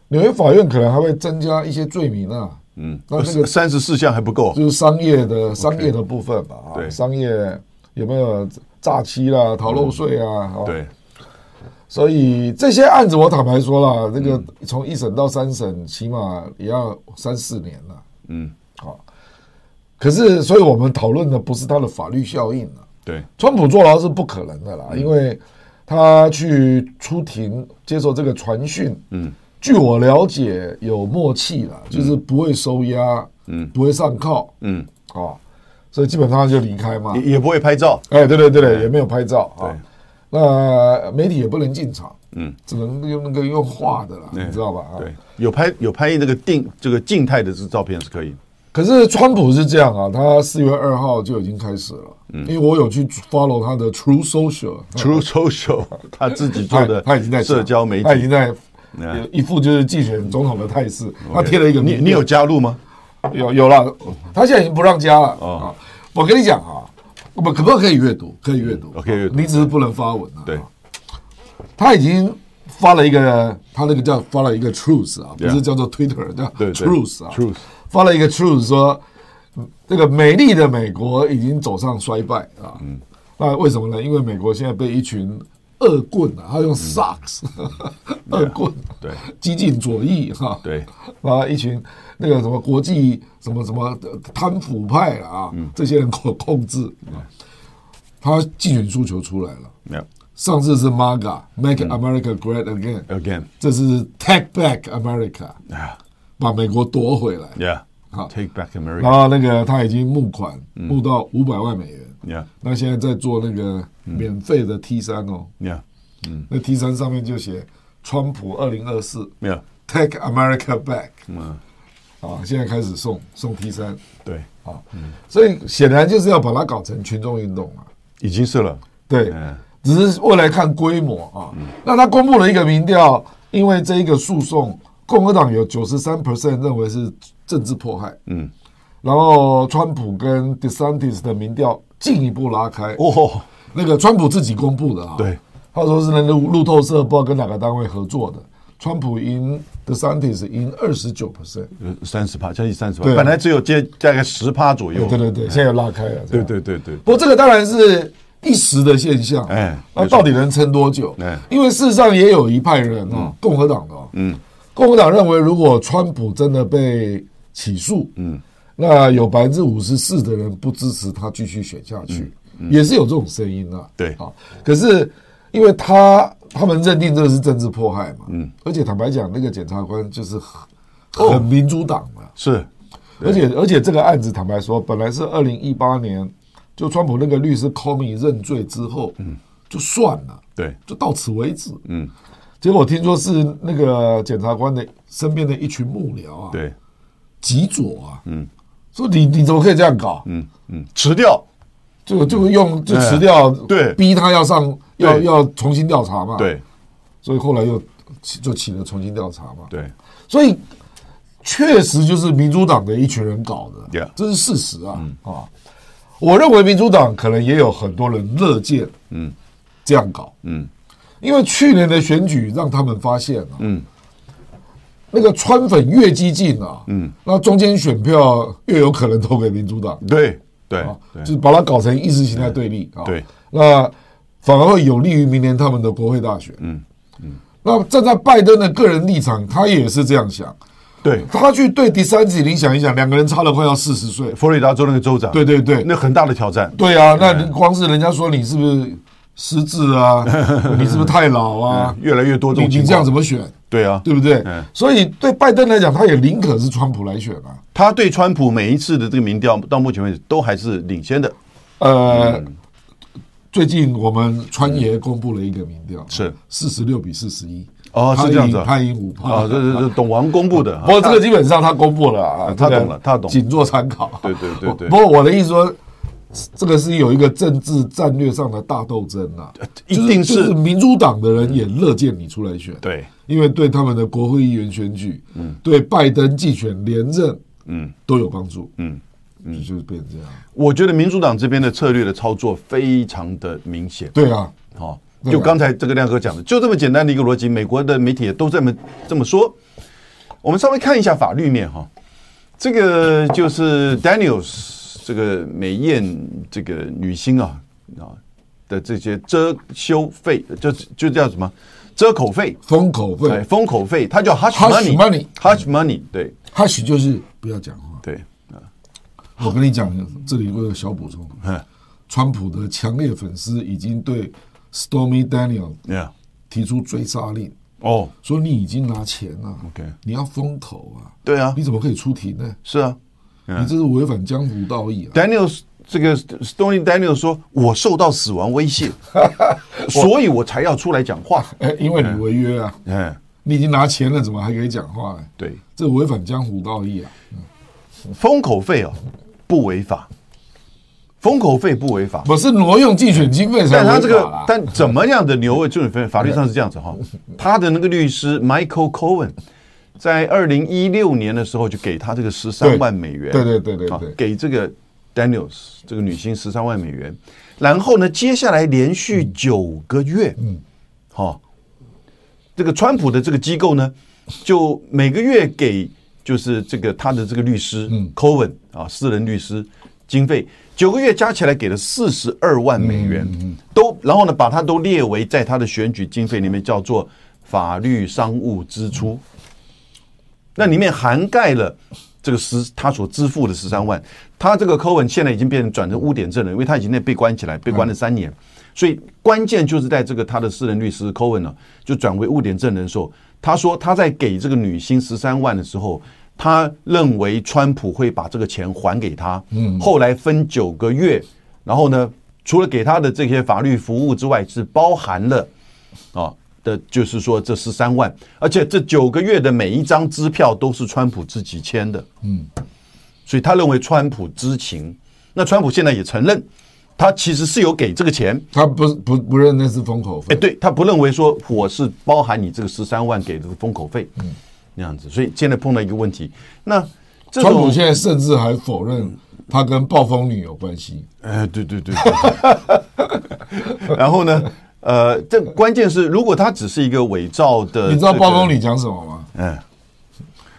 Speaker 4: 纽约法院可能还会增加一些罪名啊，嗯，那这个
Speaker 1: 三十四项还不够，
Speaker 4: 就是商业的商业的部分吧，啊，
Speaker 1: 对
Speaker 4: 商业有没有诈欺啦、逃漏税啊？啊
Speaker 1: 对，
Speaker 4: 所以这些案子，我坦白说了，这个从一审到三审，起码也要三四年了。嗯，好。可是，所以我们讨论的不是它的法律效应啊了。
Speaker 1: 对，
Speaker 4: 川普坐牢是不可能的啦，因为他去出庭接受这个传讯。嗯，据我了解，有默契了，就是不会收押，嗯，不会上铐，
Speaker 1: 嗯，
Speaker 4: 啊，所以基本上就离开嘛。
Speaker 1: 也也不会拍照，
Speaker 4: 哎，对对对对，也没有拍照啊
Speaker 1: 对。
Speaker 4: 那媒体也不能进场，嗯，只能用那个用画的了，你知道吧？啊
Speaker 1: 对，有拍有拍这个定这个静态的这照片是可以。
Speaker 4: 可是川普是这样啊，他四月二号就已经开始了，因为我有去 follow 他的 True Social，
Speaker 1: True Social 他自己做的，
Speaker 4: 他已经在
Speaker 1: 社交媒
Speaker 4: 他已经
Speaker 1: 体。
Speaker 4: 在
Speaker 1: 嗯
Speaker 4: 有一副就是竞选总统的态势，他贴了一个
Speaker 1: 你你有哦加入吗？
Speaker 4: 有有了，他现在已经不让加了
Speaker 1: 哦
Speaker 4: 啊。我跟你讲啊，我们可不可以阅读？可以阅读
Speaker 1: 嗯，可以阅读
Speaker 4: 你只是不能发文啊。
Speaker 1: 对，
Speaker 4: 他已经发了一个，他那个叫发了一个 truth 啊，不
Speaker 1: Yeah
Speaker 4: 是叫做 Twitter 叫
Speaker 1: 对对
Speaker 4: truth 啊
Speaker 1: truth
Speaker 4: 发了一个 truth 说，嗯这个美丽的美国已经走上衰败啊。
Speaker 1: 嗯
Speaker 4: 那为什么呢？因为美国现在被一群恶棍啊，他用 socks 恶棍，
Speaker 1: 嗯对
Speaker 4: 激进左翼哈，
Speaker 1: 对，
Speaker 4: 啊，一群那个什么国际什么什么呃贪腐派啊，这些人控控制，啊他竞选诉求出来了。
Speaker 1: 没有。
Speaker 4: 上次是 MAGA，Make America Great Again，
Speaker 1: 嗯 Again
Speaker 4: 这是 Take Back America，
Speaker 1: 啊
Speaker 4: 把美国夺回来。好
Speaker 1: ，Yeah，Take Back
Speaker 4: 然
Speaker 1: America。
Speaker 4: 后那个他已经募款
Speaker 1: 嗯
Speaker 4: 募到五百万美元，那现在在做那个
Speaker 1: 嗯
Speaker 4: 免费的 T 三哦，
Speaker 1: Yeah，Yeah，Yeah，
Speaker 4: 那 T 三上面就写川普二零二四 Take America Back
Speaker 1: 嗯，
Speaker 4: 啊，现在开始送送 T 三
Speaker 1: 对，
Speaker 4: 啊，
Speaker 1: 嗯
Speaker 4: 所以显然就是要把它搞成群众运动啊。
Speaker 1: 已经是了。
Speaker 4: 对
Speaker 1: 嗯，
Speaker 4: 只是未来看规模啊。那他公布了一个民调，因为这一个诉讼，共和党有九十三 percent 认为是政治迫害，
Speaker 1: 嗯，
Speaker 4: 然后川普跟 DeSantis 的民调进一步拉开。
Speaker 1: 哦，
Speaker 4: 那个川普自己公布的啊，
Speaker 1: 对，
Speaker 4: 他说是那个路路透社不知道跟哪个单位合作的，川普赢 DeSantis 赢二十九 percent，
Speaker 1: 三十趴，将近三十趴，
Speaker 4: 对
Speaker 1: 本来只有接大概十趴左右。
Speaker 4: 对对对，现在又拉开了，
Speaker 1: 对对对对
Speaker 4: 不过这个当然是一时的现象，
Speaker 1: 哎
Speaker 4: 那
Speaker 1: 没错
Speaker 4: 到底能撑多久？
Speaker 1: 哎
Speaker 4: 因为事实上也有一派人哦，共和党的哦，嗯，共和党认为如果川普真的被起诉，嗯，那有百分之五十四的人不支持他继续选下去，也是有这种声音啊，
Speaker 1: 嗯对
Speaker 4: 啊，可是因为他他们认定这是政治迫害嘛，嗯，而且坦白讲，那个检察官就是
Speaker 1: 哦
Speaker 4: 很很民主党嘛，
Speaker 1: 是，
Speaker 4: 而且而且这个案子，坦白说，本来是二零一八年，就川普那个律师 Comey 认罪之后，嗯，就算了，
Speaker 1: 对，
Speaker 4: 就到此为止，嗯。结果听说是那个检察官的身边的一群幕僚啊，，
Speaker 1: 对，
Speaker 4: 极左啊，嗯，说你你怎么可以这样搞？嗯，
Speaker 1: 嗯，辞掉。
Speaker 4: 就就用就辞掉，
Speaker 1: 对
Speaker 4: 逼他要上要
Speaker 1: 对
Speaker 4: 要重新调查嘛，，
Speaker 1: 对
Speaker 4: 所以后来又起就起了重新调查嘛，
Speaker 1: 对
Speaker 4: 所以确实就是民主党的一群人搞的
Speaker 1: Yeah
Speaker 4: 这是事实啊、啊！我认为民主党可能也有很多人乐见，嗯，这样搞，嗯，因为去年的选举让他们发现啊，嗯，那个川粉越激进啊，嗯，那中间选票越有可能投给民主党，
Speaker 1: 对对
Speaker 4: 啊，
Speaker 1: 对
Speaker 4: 就是把它搞成意识形态对立啊。
Speaker 1: 对，
Speaker 4: 那反而会有利于明年他们的国会大选。嗯嗯，那站在拜登的个人立场，他也是这样想。
Speaker 1: 对，
Speaker 4: 他去对第三子林想一想，两个人差了快要四十岁。
Speaker 1: 佛罗里达州那个州长，
Speaker 4: 对对对，
Speaker 1: 那很大的挑战。
Speaker 4: 对啊，那你光是人家说你是不是失智 啊？你是不是太老啊？
Speaker 1: 越来越多这
Speaker 4: 你
Speaker 1: 种情
Speaker 4: 你
Speaker 1: 况，
Speaker 4: 这样怎么选？
Speaker 1: 对啊，
Speaker 4: 对不对
Speaker 1: 嗯？
Speaker 4: 所以对拜登来讲，他也宁可是川普来选啊。
Speaker 1: 他对川普每一次的这个民调，到目前为止都还是领先的。
Speaker 4: 呃，
Speaker 1: 嗯
Speaker 4: 最近我们川爷公布了一个民调，
Speaker 1: 是
Speaker 4: 四十六比四十一，
Speaker 1: 哦是这样子啊
Speaker 4: 他赢五趴。
Speaker 1: 啊，这这这董王公布的啊
Speaker 4: 不，过这个基本上他公布了啊，
Speaker 1: 他
Speaker 4: 这个
Speaker 1: 懂了他懂
Speaker 4: 仅做参考。
Speaker 1: 对对对对
Speaker 4: 不过我的意思说，这个是有一个政治战略上的大斗争啊，
Speaker 1: 一定
Speaker 4: 就是嗯就是民主党的人也乐见你出来选，
Speaker 1: 对，
Speaker 4: 因为对他们的国会议员选举，嗯，对拜登竞选连任，嗯，都有帮助，嗯嗯，就是变成这样。
Speaker 1: 我觉得民主党这边的策略的操作非常的明显。
Speaker 4: 对啊，
Speaker 1: 好，
Speaker 4: 对
Speaker 1: 就
Speaker 4: 吧
Speaker 1: 刚才这个亮哥讲的，就这么简单的一个逻辑，美国的媒体也都这么这么说。我们稍微看一下法律面哈，这个就是 Daniels 这个美艳这个女星啊啊的这些遮羞费，就就叫什么遮口费。
Speaker 4: 封口费，
Speaker 1: 对，哎封口费，它叫 hush
Speaker 4: Hush money
Speaker 1: money，hush money，对
Speaker 4: 哈许就是不要讲话。
Speaker 1: 对，
Speaker 4: 我跟你讲，这里我有小补充
Speaker 1: 嗯。
Speaker 4: 川普的强烈粉丝已经对 Stormy Daniel
Speaker 1: 呀，
Speaker 4: 提出追杀令，
Speaker 1: 哦，
Speaker 4: 说你已经拿钱了
Speaker 1: OK
Speaker 4: 你要封口啊，
Speaker 1: 对啊
Speaker 4: 你，怎么可以出庭呢？
Speaker 1: 是啊，
Speaker 4: 你这是违反江湖道义啊！
Speaker 1: Daniel 这个 Stony Daniel 说，我受到死亡威 胁，所以我才要出来讲话。
Speaker 4: 哎，因为你违约啊，
Speaker 1: 嗯，
Speaker 4: 你已经拿钱了，怎么还可以讲话呢？
Speaker 1: 对，
Speaker 4: 这违反江湖道义啊！
Speaker 1: 封口费哦不违法，封口费不违法，
Speaker 4: 不是挪用竞选经费才
Speaker 1: 但他
Speaker 4: 违
Speaker 1: 这
Speaker 4: 法啊
Speaker 1: 个
Speaker 4: 啦。
Speaker 1: 但怎么样的牛位就分法律上是这样 子哈，他的那个律师 Michael Cohen 在二零一六年的时候就给他这个十三万美元，
Speaker 4: 对对对对
Speaker 1: 啊
Speaker 4: 对
Speaker 1: 给这个 Daniels 这个女星十三万美元，然后呢，接下来连续九个月，嗯，好、这个川普的这个机构呢，就每个月给就是这个他的这个律师，嗯，Cohen 啊，私人律师经费，九个月加起来给了四十二万美元，
Speaker 4: 嗯
Speaker 1: 都然后呢，把它都列为在他的选举经费里面叫做法律商务支出，那里面涵盖了。这个十他所支付的十三万，他这个 Cohen 现在已经变成转成污点证人，因为他已经被关起来，被关了三年。所以关键就是在这个他的私人律师 Cohen 呢、就转为污点证人的时候，他说他在给这个女星十三万的时候，他认为川普会把这个钱还给他。嗯，后来分九个月，然后呢，除了给他的这些法律服务之外，是包含了啊的，就是说这十三万，而且这九个月的每一张支票都是川普自己签的。所以他认为川普知情。那川普现在也承认，他其实是有给这个钱。
Speaker 4: 他不是不不认那是封口
Speaker 1: 哎，
Speaker 4: 费，
Speaker 1: 对他不认为说我是包含你这个十三万给的封口费，那样子。所以现在碰到一个问题，那这
Speaker 4: 川普
Speaker 1: 种
Speaker 4: 现在甚至还否认他跟暴风女有关系。
Speaker 1: 哎，对对对。 对然后呢，呃，这关键是如果他只是一个伪造的，
Speaker 4: 你知道暴风女讲什么吗？
Speaker 1: 嗯。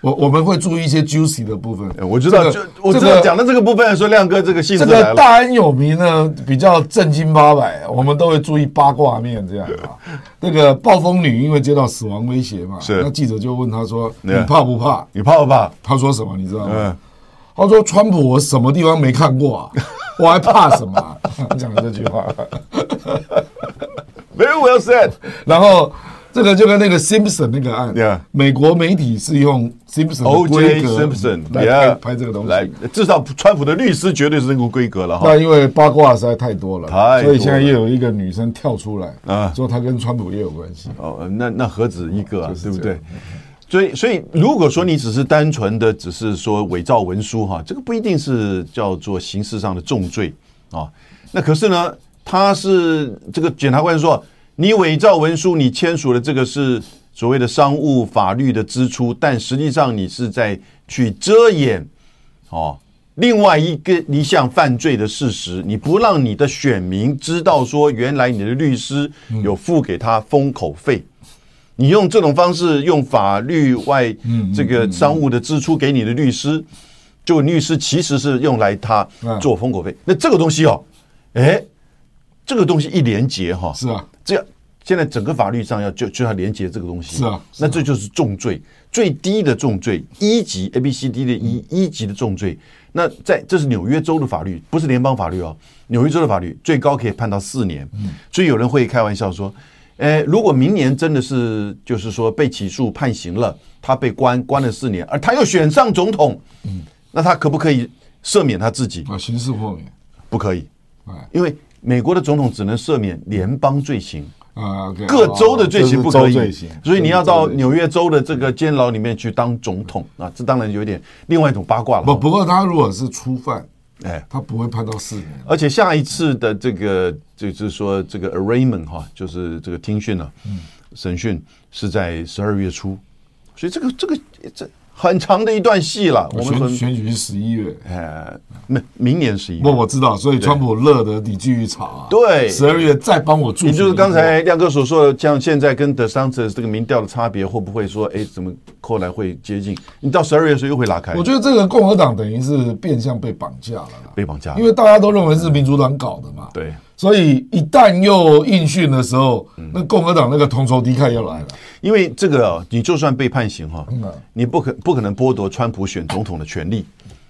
Speaker 4: 我我们会注意一些 juicy 的部分
Speaker 1: 哎，。我知道，
Speaker 4: 这
Speaker 1: 就
Speaker 4: 个
Speaker 1: 我知
Speaker 4: 这
Speaker 1: 道
Speaker 4: 个
Speaker 1: 讲到这个部分的时候，亮哥这个性质
Speaker 4: 这
Speaker 1: 来
Speaker 4: 个
Speaker 1: 了。
Speaker 4: 大安有名呢，比较正经八百，我们都会注意八卦面这样啊。那个暴风女因为接到死亡威胁嘛，
Speaker 1: 是
Speaker 4: 那记者就问她说：“你
Speaker 1: Yeah
Speaker 4: 怕不怕
Speaker 1: 你怕不怕？”？
Speaker 4: 她说什么你知道吗
Speaker 1: 嗯？
Speaker 4: 她说：“川普我什么地方没看过啊？我还怕什么啊、 讲了这句话，
Speaker 1: ，Very well said。
Speaker 4: 然后。这个就跟那个 Simpson 那个案
Speaker 1: Yeah
Speaker 4: 美国媒体是用 Simpson 的
Speaker 1: O.J.
Speaker 4: 规格
Speaker 1: Simpson
Speaker 4: 来拍拍这个东西，
Speaker 1: 来，至少川普的律师绝对是那个规格了哈
Speaker 4: 那。因为八卦实在太多了，
Speaker 1: 太多了
Speaker 4: 所以现在又有一个女生跳出来，
Speaker 1: 啊
Speaker 4: 说她跟川普也有关系。
Speaker 1: 哦，那那何止一个啊，
Speaker 4: 就是
Speaker 1: 对不
Speaker 4: 这
Speaker 1: 对
Speaker 4: 样？
Speaker 1: 所以，所以如果说你只是单纯的只是说伪造文书哈，这个不一定是叫做刑事上的重罪啊。那可是呢，他是这个检察官说，你伪造文书，你签署的这个是所谓的商务法律的支出，但实际上你是在去遮掩哦，另外一个一项犯罪的事实，你不让你的选民知道说，原来你的律师有付给他封口费，你用这种方式用法律外这个商务的支出给你的律师，就律师其实是用来他
Speaker 4: 嗯
Speaker 1: 做封口费。那这个东西哦，哎，这个东西一连结哈，
Speaker 4: 是啊，
Speaker 1: 这样现在整个法律上要就就要连接这个东西，
Speaker 4: 是啊是
Speaker 1: 那这就是重罪，最低的重罪，一级 A B C D 的一
Speaker 4: 嗯
Speaker 1: 一级的重罪。那在这是纽约州的法律，不是联邦法律哦，纽约州的法律最高可以判到四年，
Speaker 4: 嗯
Speaker 1: 所以有人会开玩笑说。呃，如果明年真的是就是说被起诉判刑了，他被关关了四年，而他又选上总统，
Speaker 4: 嗯
Speaker 1: 那他可不可以赦免他自己？
Speaker 4: 啊，刑事豁免
Speaker 1: 不可以
Speaker 4: 哎，
Speaker 1: 因为美国的总统只能赦免联邦罪行。
Speaker 4: 啊，OK，
Speaker 1: 各州的罪行不可以
Speaker 4: 哦这是州罪行，
Speaker 1: 所以你要到
Speaker 4: 这是州罪行
Speaker 1: 纽约州的这个监牢里面去当总统啊，这当然有点另外一种八卦了。
Speaker 4: 不，不过他如果是初犯，
Speaker 1: 哎，
Speaker 4: 他不会判到四年。
Speaker 1: 而且下一次的这个就是说这个 arraignment 哈，就是这个听讯啊，
Speaker 4: 嗯
Speaker 1: 审讯是在十二月初，所以这个这个这很长的一段戏了。我们
Speaker 4: 选
Speaker 1: 说，
Speaker 4: 选举是十一月，
Speaker 1: 呃，那明年十一
Speaker 4: 不，
Speaker 1: 月，
Speaker 4: 我知道，所以川普乐得你继续吵啊。
Speaker 1: 对
Speaker 4: 十二月再帮我助选
Speaker 1: 也
Speaker 4: 一波。
Speaker 1: 就是刚才亮哥所说的，像现在跟 The s a n t e s 这个民调的差别，会不会说，哎，怎么后来会接近？你到十二月的时候又会拉开，
Speaker 4: 我觉得这个共和党等于是变相被绑架了啦，
Speaker 1: 被绑架了
Speaker 4: 因为大家都认为是民主党搞的嘛。
Speaker 1: 对。嗯
Speaker 4: 所以一旦又应讯的时候，那共和党那个同仇敌忾又来了。
Speaker 1: 因为这个哦，你就算被判刑哈
Speaker 4: 啊，嗯
Speaker 1: 你不可不可能剥夺川普选总统的权利。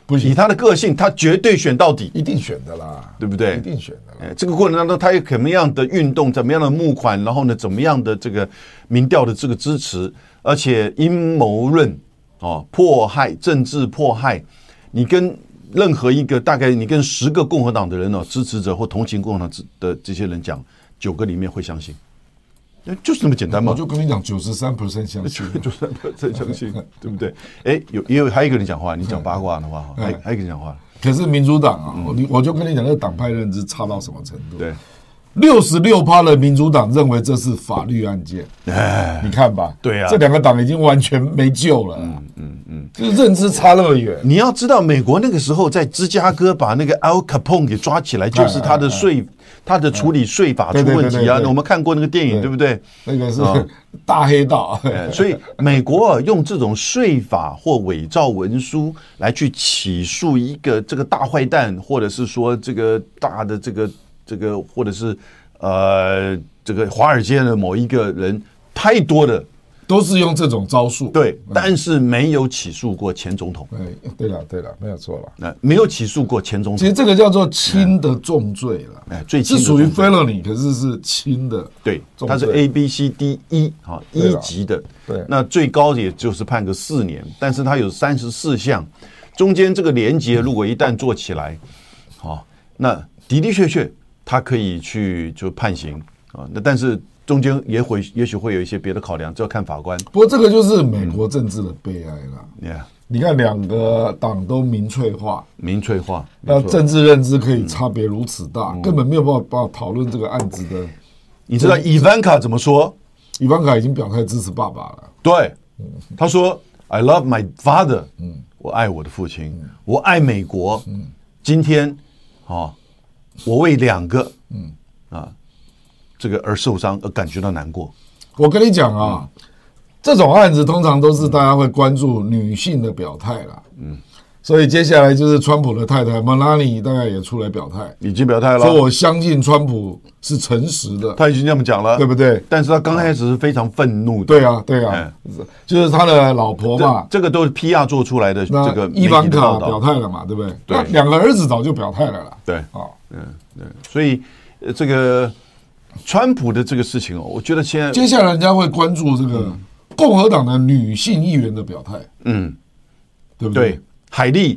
Speaker 4: 不行
Speaker 1: 以他的个性，他绝对选到底，
Speaker 4: 一定选的啦，
Speaker 1: 对不对？
Speaker 4: 一定选的啦。
Speaker 1: 哎。这个过程当中，他有怎么样的运动，怎么样的募款，然后呢，怎么样的这个民调的这个支持，而且阴谋论哦，迫害、政治迫害，你跟任何一个大概你跟十个共和党的人呢、支持者或同情共和党之的这些人讲，九个里面会相信，那就是那么简单嘛
Speaker 4: 我。就跟你讲，九十三 percent 相信，
Speaker 1: 就是真相信，对不对？哎，有也有还有一个人讲话，你讲八卦的话，
Speaker 4: 嗯
Speaker 1: 哈还还有一个人讲话，
Speaker 4: 可是民主党啊，我你我就跟你讲，那个党派认知差到什么程度？
Speaker 1: 嗯对，
Speaker 4: 六十六趴的民主党认为这是法律案件，
Speaker 1: 哎，
Speaker 4: 你看吧，
Speaker 1: 对啊
Speaker 4: 这两个党已经完全没救了，嗯嗯嗯，就是认知差那么远，
Speaker 1: 你要知道，美国那个时候在芝加哥把那个 Al Capone 给抓起来，就是他
Speaker 4: 嗯
Speaker 1: 的税，他的处理税法出
Speaker 4: 对对
Speaker 1: 问
Speaker 4: 嗯对
Speaker 1: 题
Speaker 4: 对
Speaker 1: 啊。
Speaker 4: 对
Speaker 1: 我们看过那个电影，
Speaker 4: 对
Speaker 1: 对不对？
Speaker 4: 那个是 大黑道，
Speaker 1: 啊哎所以美国啊用这种税法或伪造文书来去起诉一个这个大坏蛋，或者是说这个大的这个这个，或者是呃这个华尔街的某一个人，太多的
Speaker 4: 都是用这种招数，
Speaker 1: 对，但是没有起诉过前总统，
Speaker 4: 哎，对了对了，没有错了。
Speaker 1: 那没有起诉过前总
Speaker 4: 其
Speaker 1: 统，
Speaker 4: 实这个叫做轻的重罪了，
Speaker 1: 哎最轻
Speaker 4: 是
Speaker 1: 的
Speaker 4: 属于
Speaker 1: 重罪
Speaker 4: felony，可是是轻的，
Speaker 1: 对，
Speaker 4: 重
Speaker 1: 他是
Speaker 4: 罪
Speaker 1: A B C D E 啊
Speaker 4: 对
Speaker 1: 一
Speaker 4: 啦
Speaker 1: 级的，
Speaker 4: 对
Speaker 1: 那最高也就是判个四年，但是他有三十四项，中间这个连结如果一旦做起来，好，那的的确确他可以去就判刑啊，那但是中间也会也许会有一些别的考量，这要看法官哎
Speaker 4: 不过这个
Speaker 1: 嗯
Speaker 4: 就是美国政治的悲哀了。
Speaker 1: ，yeah，
Speaker 4: 你看，两个党都民粹化，
Speaker 1: 民粹化，
Speaker 4: 那
Speaker 1: 没错嗯
Speaker 4: 政治认知可以差别如此大，根本没有办法办法讨论这个案子的。
Speaker 1: 你知道伊万卡怎么说？
Speaker 4: 伊万卡已经表态支持爸爸了，
Speaker 1: 对，他说 I love my father，我爱我的父亲，
Speaker 4: 嗯
Speaker 1: 我爱美国。今天，啊，我为两个，
Speaker 4: 嗯
Speaker 1: 啊，这个而受伤而呃感觉到难过。
Speaker 4: 我跟你讲啊，
Speaker 1: 嗯
Speaker 4: 这种案子通常都是大家会关注女性的表态啦。嗯，所以接下来就是川普的太太 Melania 大概也出来表态，
Speaker 1: 已经表态
Speaker 4: 说
Speaker 1: 了，
Speaker 4: 我相信川普是诚实的，
Speaker 1: 他已经这么讲了，
Speaker 4: 对不对？
Speaker 1: 但是他刚开始是非常愤怒的。
Speaker 4: 对啊，对啊，
Speaker 1: 嗯
Speaker 4: 就是他的老婆嘛
Speaker 1: 这，这个都是 PR 做出来的这
Speaker 4: 那
Speaker 1: 个媒
Speaker 4: 伊
Speaker 1: 体
Speaker 4: 凡
Speaker 1: 的
Speaker 4: 卡
Speaker 1: 报
Speaker 4: 表
Speaker 1: 道，
Speaker 4: 态了嘛，对不对？
Speaker 1: 对
Speaker 4: 那两个儿子早就表态了啦。
Speaker 1: 对，
Speaker 4: 哦，
Speaker 1: 所以呃这个川普的这个事情哦，我觉得现在
Speaker 4: 接下来人家会关注这个共和党的女性议员的表态，
Speaker 1: 嗯，
Speaker 4: 对不
Speaker 1: 对？海利，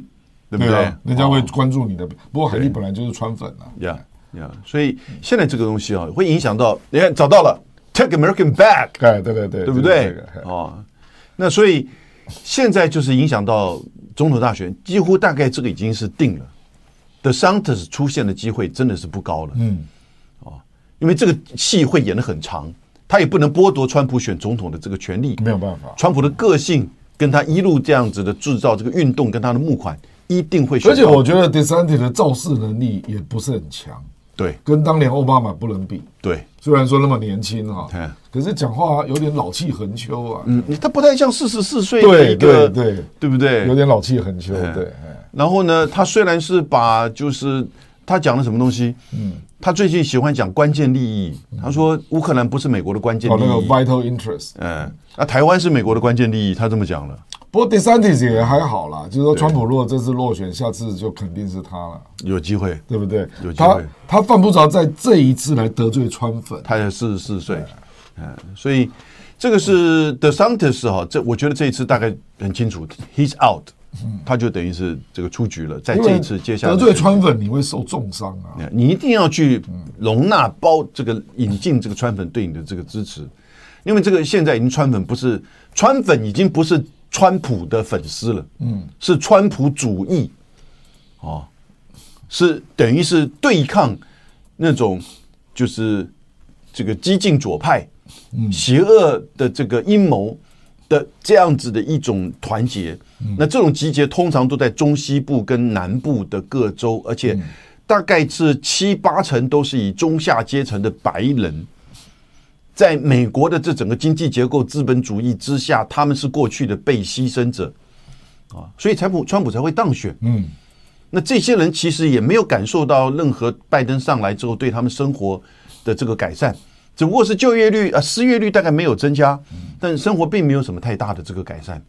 Speaker 1: 对不
Speaker 4: 对
Speaker 1: 对
Speaker 4: 啊，？人家会
Speaker 1: 哦
Speaker 4: 关注你的。不过海莉本来就是川粉啊，
Speaker 1: 呀呀，所以现在这个东西啊，会影响到，你看找到了 Take American Back，
Speaker 4: 哎，对对对，
Speaker 1: 对不
Speaker 4: 就是
Speaker 1: 对
Speaker 4: 这个？哎
Speaker 1: 哦，那所以现在就是影响到总统大选，几乎大概这个已经是定了。The Santos 出现的机会真的是不高了，啊
Speaker 4: 嗯，
Speaker 1: 因为这个戏会演得很长，他也不能剥夺川普选总统的这个权利。
Speaker 4: 没有办法。
Speaker 1: 川普的个性跟他一路这样子的制造这个运动跟他的募款，一定会选
Speaker 4: 而
Speaker 1: 到。
Speaker 4: 且我觉得 DeSantis 的造势能力也不是很强，
Speaker 1: 对
Speaker 4: 跟当年奥巴马不能比。
Speaker 1: 对，
Speaker 4: 虽然说那么年轻哈
Speaker 1: 对，
Speaker 4: 可是讲话有点老气横秋啊，
Speaker 1: 嗯，他不太像四十四岁的
Speaker 4: 对
Speaker 1: 一个，
Speaker 4: 对对
Speaker 1: 对不对？
Speaker 4: 有点老气横秋，对，哎
Speaker 1: 然后呢，他虽然是把就是他讲了什么东西，嗯，他最近喜欢讲关键利益，他说乌克兰不是美国的关键
Speaker 4: 嗯哦，
Speaker 1: 利
Speaker 4: 那个
Speaker 1: 益，
Speaker 4: vital interest。
Speaker 1: 嗯，那台湾是美国的关键利益，他这么讲了，
Speaker 4: 不过 DeSantis 也还好啦，就是说川普如果这次落选，下次就肯定是他了，
Speaker 1: 有机会，
Speaker 4: 对不对
Speaker 1: 有？机
Speaker 4: 他
Speaker 1: 会
Speaker 4: 他犯不着在这一次来得罪川粉。
Speaker 1: 他才四十四岁，嗯，所以这个是 The Santis 哈，这我觉得这一次大概很清楚，He's out，他就等于是这个出局了，在
Speaker 4: 嗯因为
Speaker 1: 这一次接下来
Speaker 4: 得罪川粉，你会受重伤啊。
Speaker 1: 你一定要去容纳包这个引进这个川粉对你的这个支持，因为这个现在已经川粉不是川粉已经不是川普的粉丝了，嗯，是川普主义，哦，是等于是对抗那种就是这个激进左派、邪恶的这个阴谋的这样子的一种团结。那这种集结通常都在中西部跟南部的各州，而且大概是七八成都是以中下阶层的白人。在美国的这整个经济结构资本主义之下，他们是过去的被牺牲者啊，所以川普川普才会当选。
Speaker 4: 嗯，
Speaker 1: 那这些人其实也没有感受到任何拜登上来之后对他们生活的这个改善，只不过是就业率啊、失业率大概没有增加，但生活并没有什么太大的这个改善。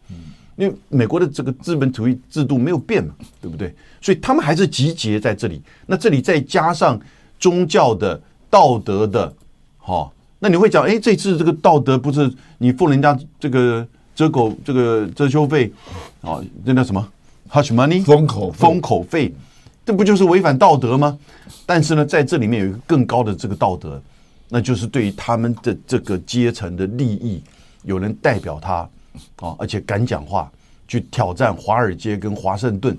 Speaker 1: 因为美国的这个资本主义制度没有变嘛，对不对？所以他们还是集结在这里。那这里再加上宗教的、道德的，好、那你会讲，哎，这次这个道德不是哦你付人家这个遮狗这个遮羞费，啊、那叫什么？ hush money
Speaker 4: 封口费
Speaker 1: 封口费，这不就是违反道德吗？但是呢，在这里面有一个更高的这个道德，那就是对于他们的这个阶层的利益，有人代表他啊，而且敢讲话去挑战华尔街跟华盛顿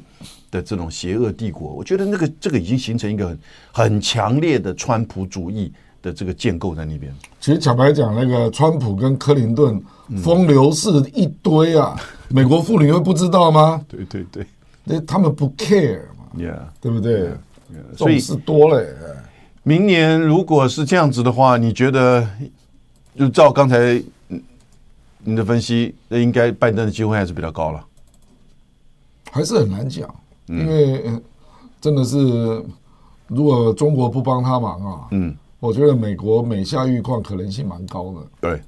Speaker 1: 的这种邪恶帝国，我觉得那个这个已经形成一个很很强烈的川普主义的这个建构在那边。
Speaker 4: 其实坦白讲，那个川普跟克林顿风流事一 堆啊，美国妇女会不知道吗？
Speaker 1: 对对对
Speaker 4: 那他们不 care 嘛，
Speaker 1: ，Yeah。
Speaker 4: 对不对？这
Speaker 1: 所以
Speaker 4: 种事多了、哎
Speaker 1: 明年如果是这样子的话，你觉得就照刚才嗯你的分析，那应该拜登的机会还是比较高了。
Speaker 4: 还是很难讲，
Speaker 1: 嗯
Speaker 4: 因为、呃真的是，如果中国不帮他忙啊，嗯，我觉得美国每下愈况可能性蛮高的。
Speaker 1: 对，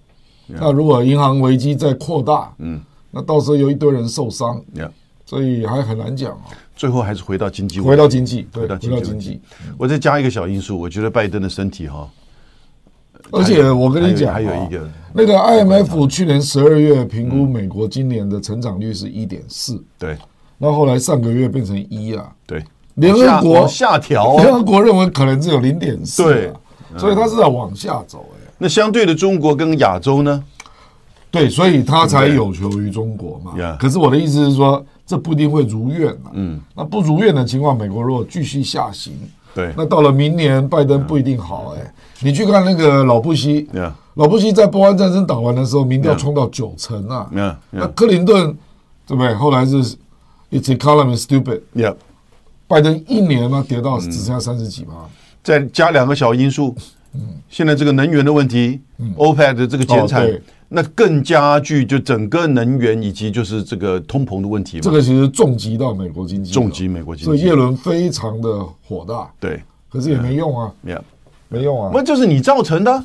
Speaker 4: 那如果银行危机再扩大，嗯，那到时候有一堆人受伤，
Speaker 1: Yeah
Speaker 4: 所以还很难讲啊。
Speaker 1: 最后还是回到经济问题，
Speaker 4: 回到经济，
Speaker 1: 回
Speaker 4: 对，回
Speaker 1: 到
Speaker 4: 到
Speaker 1: 经济
Speaker 4: 经
Speaker 1: 问
Speaker 4: 济
Speaker 1: 题。。我再加一个小因素，我觉得拜登的身体哈，
Speaker 4: 而且我跟你讲啊，
Speaker 1: 还有还有一个嗯
Speaker 4: 那个 IMF 去年十二月评估美国今年的成长率是一点四，
Speaker 1: 对
Speaker 4: 那后来上个月变成一啊，
Speaker 1: 对，
Speaker 4: 联合
Speaker 1: 往下
Speaker 4: 国
Speaker 1: 往下 调
Speaker 4: 联
Speaker 1: 哦。
Speaker 4: 合国认为可能只有零点四，啊
Speaker 1: 对，嗯
Speaker 4: 所以它是在往下走、哎，
Speaker 1: 那相对的，中国跟亚洲呢？
Speaker 4: 对，所以它才有求于中国嘛。
Speaker 1: Yeah
Speaker 4: 可是我的意思是说，这不一定会如愿嘛。嗯，那不如愿的情况，美国如果继续下行，
Speaker 1: 对
Speaker 4: 那到了明
Speaker 1: 嗯
Speaker 4: 年，拜登不一定好、哎，你去看那个老布希
Speaker 1: Yeah
Speaker 4: 老布希在波湾战争打完的时候，民调冲到九成啊。
Speaker 1: Yeah
Speaker 4: 那克林顿对不对？后来是 It's economy stupid，
Speaker 1: 呀，
Speaker 4: 拜登一年嘛跌到只剩下三十几嘛。
Speaker 1: 再加两个小因素，现在这个能源的问题，OPEC 的这个减产
Speaker 4: 嗯哦对，
Speaker 1: 那更加剧就整个能源以及就是这个通膨的问题嘛。
Speaker 4: 这个其实重击到美国经济了，
Speaker 1: 重击美国经济
Speaker 4: 所以耶伦非常的火大，
Speaker 1: 对
Speaker 4: 可是也没用啊，
Speaker 1: ，Yeah，
Speaker 4: 没用
Speaker 1: 不
Speaker 4: 啊。
Speaker 1: 就是你造成的？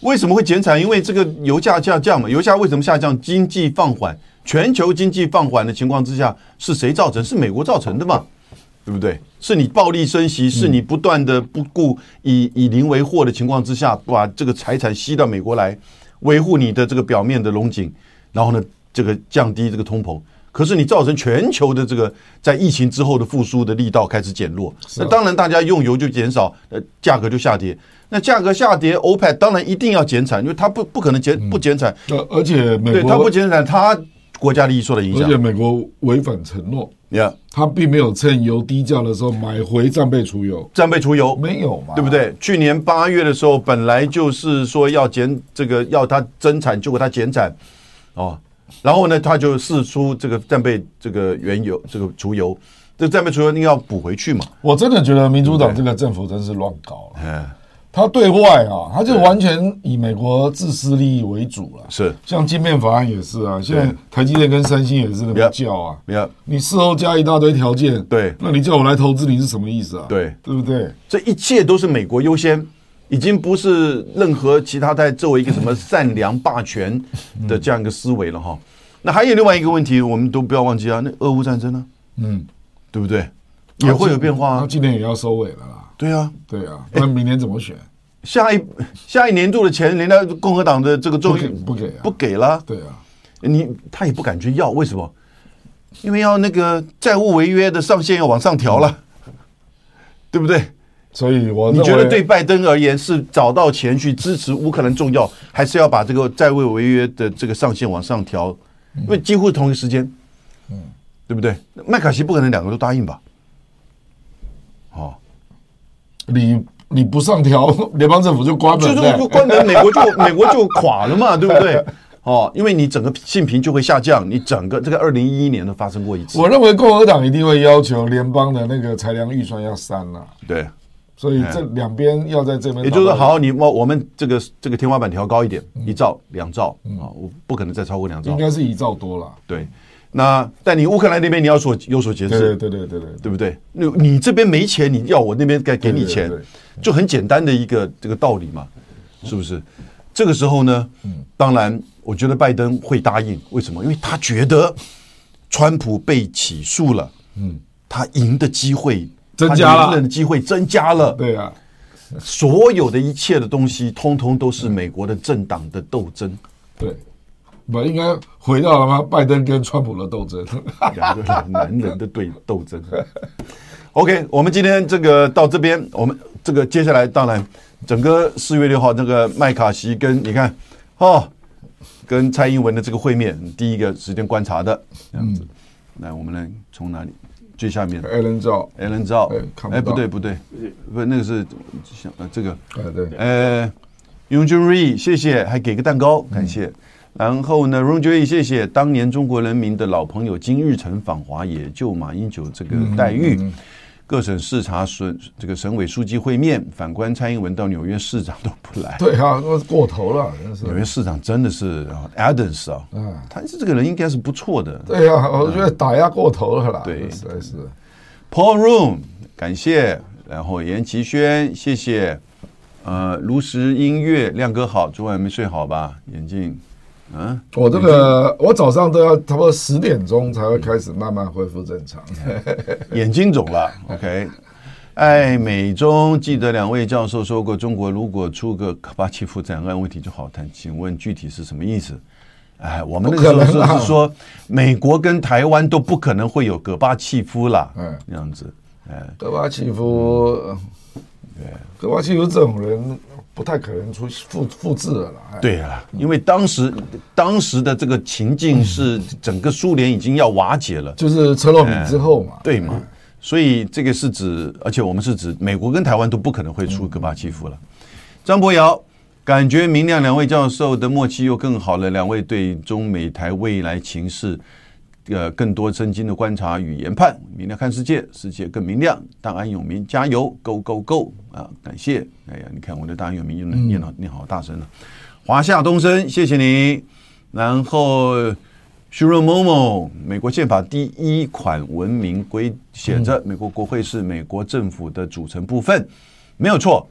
Speaker 1: 为什么会减产？因为这个油价下降嘛。油价为什么下降？经济放缓，全球经济放缓的情况之下，是谁造成？是美国造成的嘛？对不对？是你暴力升息，是你不断的不顾以以邻为祸的情况之下，把这个财产吸到美国来，维护你的这个表面的龙井，然后呢，这个降低这个通膨。可是你造成全球的这个在疫情之后的复苏的力道开始减弱，那当然大家用油就减少，呃，价格就下跌。那价格下跌，OPEC 当然一定要减产，因为它不不可能减不减产，
Speaker 4: 呃，而且美
Speaker 1: 对它不
Speaker 4: 国，
Speaker 1: 减产，它国家利益受到影
Speaker 4: 而且
Speaker 1: 响。
Speaker 4: 美国违反承诺，
Speaker 1: 呀，
Speaker 4: 他并没有趁油低价的时候买回战备储油，
Speaker 1: 战备储油，
Speaker 4: 没有嘛，
Speaker 1: 对不？对？去年八月的时候，本来就是说要减这个要它增产，结果它减产，哦，然后呢，它就试出这个战备这个原油这个储油，这战备储油你要补回去嘛？
Speaker 4: 我真的觉得民主党这个政府真是乱搞了。
Speaker 1: 嗯，
Speaker 4: 他对外啊，他就完全以美国自私利益为主了。
Speaker 1: 是
Speaker 4: 像晶片法案也是啊，现在台积电跟三星也是那么
Speaker 1: Yep
Speaker 4: 叫啊。
Speaker 1: 呀，
Speaker 4: 你事后加一大堆条件，
Speaker 1: 对
Speaker 4: 那你叫我来投资你是什么意思啊？
Speaker 1: 对
Speaker 4: 对不对？
Speaker 1: 这一切都是美国优先。已经不是任何其他在作为一个什么善良霸权的这样一个思维了哈。那还有另外一个问题，我们都不要忘记啊，那俄乌战争呢、
Speaker 4: 嗯，
Speaker 1: 对不对？也会有变化
Speaker 4: 他
Speaker 1: 啊。
Speaker 4: 今年也要收尾了啦。
Speaker 1: 对啊，
Speaker 4: 对啊，那明年怎 么选？
Speaker 1: 下一下一年度的钱，人家共和党的这个众议
Speaker 4: 不给不给啊
Speaker 1: 不给了，
Speaker 4: 对啊，
Speaker 1: 你他也不敢去要，为什么？因为要那个债务违约的上限要往上调了，对不对？
Speaker 4: 所以我
Speaker 1: 你
Speaker 4: 认
Speaker 1: 觉得
Speaker 4: 为
Speaker 1: 对拜登而言是找到钱去支持乌克兰重要，还是要把这个债务违约的这个上限往上调？
Speaker 4: 嗯
Speaker 1: 因为几乎同一时间，嗯，对不对？麦卡锡不可能两个都答应吧？哦，
Speaker 4: 你你不上调， 联邦政府就关
Speaker 1: 就
Speaker 4: 门
Speaker 1: 是
Speaker 4: 了
Speaker 1: 就。关门，美国就 美国就垮了嘛，对不对？哦，因为你整个信评就会下降，你整个这个二零一一年呢发生过一次，
Speaker 4: 我认为共和党一定会要求联邦的那个裁量预算要删了、
Speaker 1: 对，
Speaker 4: 所以这两边要在这边，
Speaker 1: 哎也就是说，，好，你我我们这个这个天花板调高一点，一兆两兆啊，我不可能再超过两
Speaker 4: 嗯应
Speaker 1: 兆，
Speaker 4: 该是一兆多了。
Speaker 1: 对。那但你乌克兰那边你要所有所节
Speaker 4: 对对
Speaker 1: 制，
Speaker 4: 对对对对
Speaker 1: 对不对？你你这边没钱，你要我那边该给你
Speaker 4: 对对
Speaker 1: 钱
Speaker 4: 对对，
Speaker 1: 就很简单的一个这个道理嘛，是不是？这个时候呢，当然，我觉得拜登会答应，为什么？因为他觉得川普被起诉了，嗯，他赢的机会
Speaker 4: 增加了
Speaker 1: 他连任的机会增加了，
Speaker 4: 对啊！
Speaker 1: 所有的一切的东西，通通都是美国的政党的斗争。
Speaker 4: 对，不应该回到他妈拜登跟川普的斗争。
Speaker 1: 两个男人的对斗争。OK，我们今天这个到这边，我们这个接下来当然整个四月六号那个麦卡锡跟你看哦，跟蔡英文的这个会面，第一个时间观察的这样子。
Speaker 4: 嗯
Speaker 1: 来，我们来从哪里？最下面
Speaker 4: a l n 照，
Speaker 1: a l 照
Speaker 4: 哎，看不
Speaker 1: 哎，不
Speaker 4: 到
Speaker 1: 对不对，不那个是想呃这个
Speaker 4: 哎对，
Speaker 1: 呃 r o n j u r i 谢谢，还给个蛋糕，感谢。然后呢 r o n j u r i 谢谢，当年中国人民的老朋友金日成访华，也就马英九这个待遇。各省视察省这个省委书记会面，反观蔡英文到纽约市长都不来。
Speaker 4: 对啊，那是过头了，真是
Speaker 1: 纽。约市长真的是啊，Adams 啊，他是这个人应该是不错的。
Speaker 4: 对呀、我觉得打压过头了啦，
Speaker 1: 对
Speaker 4: 实在是。
Speaker 1: Paul Room，感谢，然后严其轩，谢谢，呃，炉石音乐，亮哥好，昨晚没睡好吧？眼镜，嗯，
Speaker 4: 我这个我早上都要差不多十点钟才会开始慢慢恢复正常。
Speaker 1: 眼睛肿了，OK。艾美中记得两位教授说过，中国如果出个戈巴契夫展案问题就好谈，请问具体是什么意思？哎，我们那
Speaker 4: 不
Speaker 1: 个
Speaker 4: 可
Speaker 1: 时
Speaker 4: 能
Speaker 1: 候
Speaker 4: 啊
Speaker 1: 是说，美国跟台湾都不可能会有戈巴契夫啦，
Speaker 4: 嗯
Speaker 1: 这样子，哎，
Speaker 4: 戈巴契夫，
Speaker 1: 嗯
Speaker 4: 戈巴契夫这种人不太可能出复复制了啦。哎，
Speaker 1: 对啊，因为当时当时的这个情境是整个苏联已经要瓦解了，
Speaker 4: 就是车洛米之后嘛。
Speaker 1: 对嘛？嗯所以这个是指，而且我们是指美国跟台湾都不可能会出戈巴契夫了。张博尧，感觉明亮两位教授的默契又更好了，两位对中美台未来情势。呃，更多真经的观察与研判，明亮看世界，世界更明亮。大安永明加油，Go Go Go！啊，感谢！哎呀，你看我的大安永明又能念好念好大声了。华夏东升，谢谢你。然后 s h u r o Momo，美国宪法第一款文明规写着，
Speaker 4: 嗯
Speaker 1: 美国国会是美国政府的组成部分，没有错。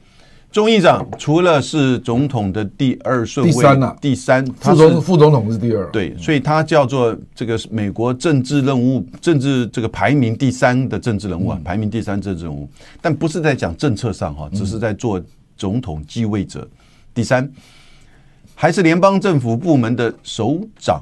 Speaker 1: 众议长除了是总统的第二顺位，
Speaker 4: 第三啊
Speaker 1: 第三，他
Speaker 4: 副
Speaker 1: 是
Speaker 4: 总副总统是第二。，
Speaker 1: 对，所以他叫做这个美国政治任务、政治这个排名第三的政治人物啊，排名第三政治人物，但不是在讲政策上哈、只是在做总统继位者第三，还是联邦政府部门的首长。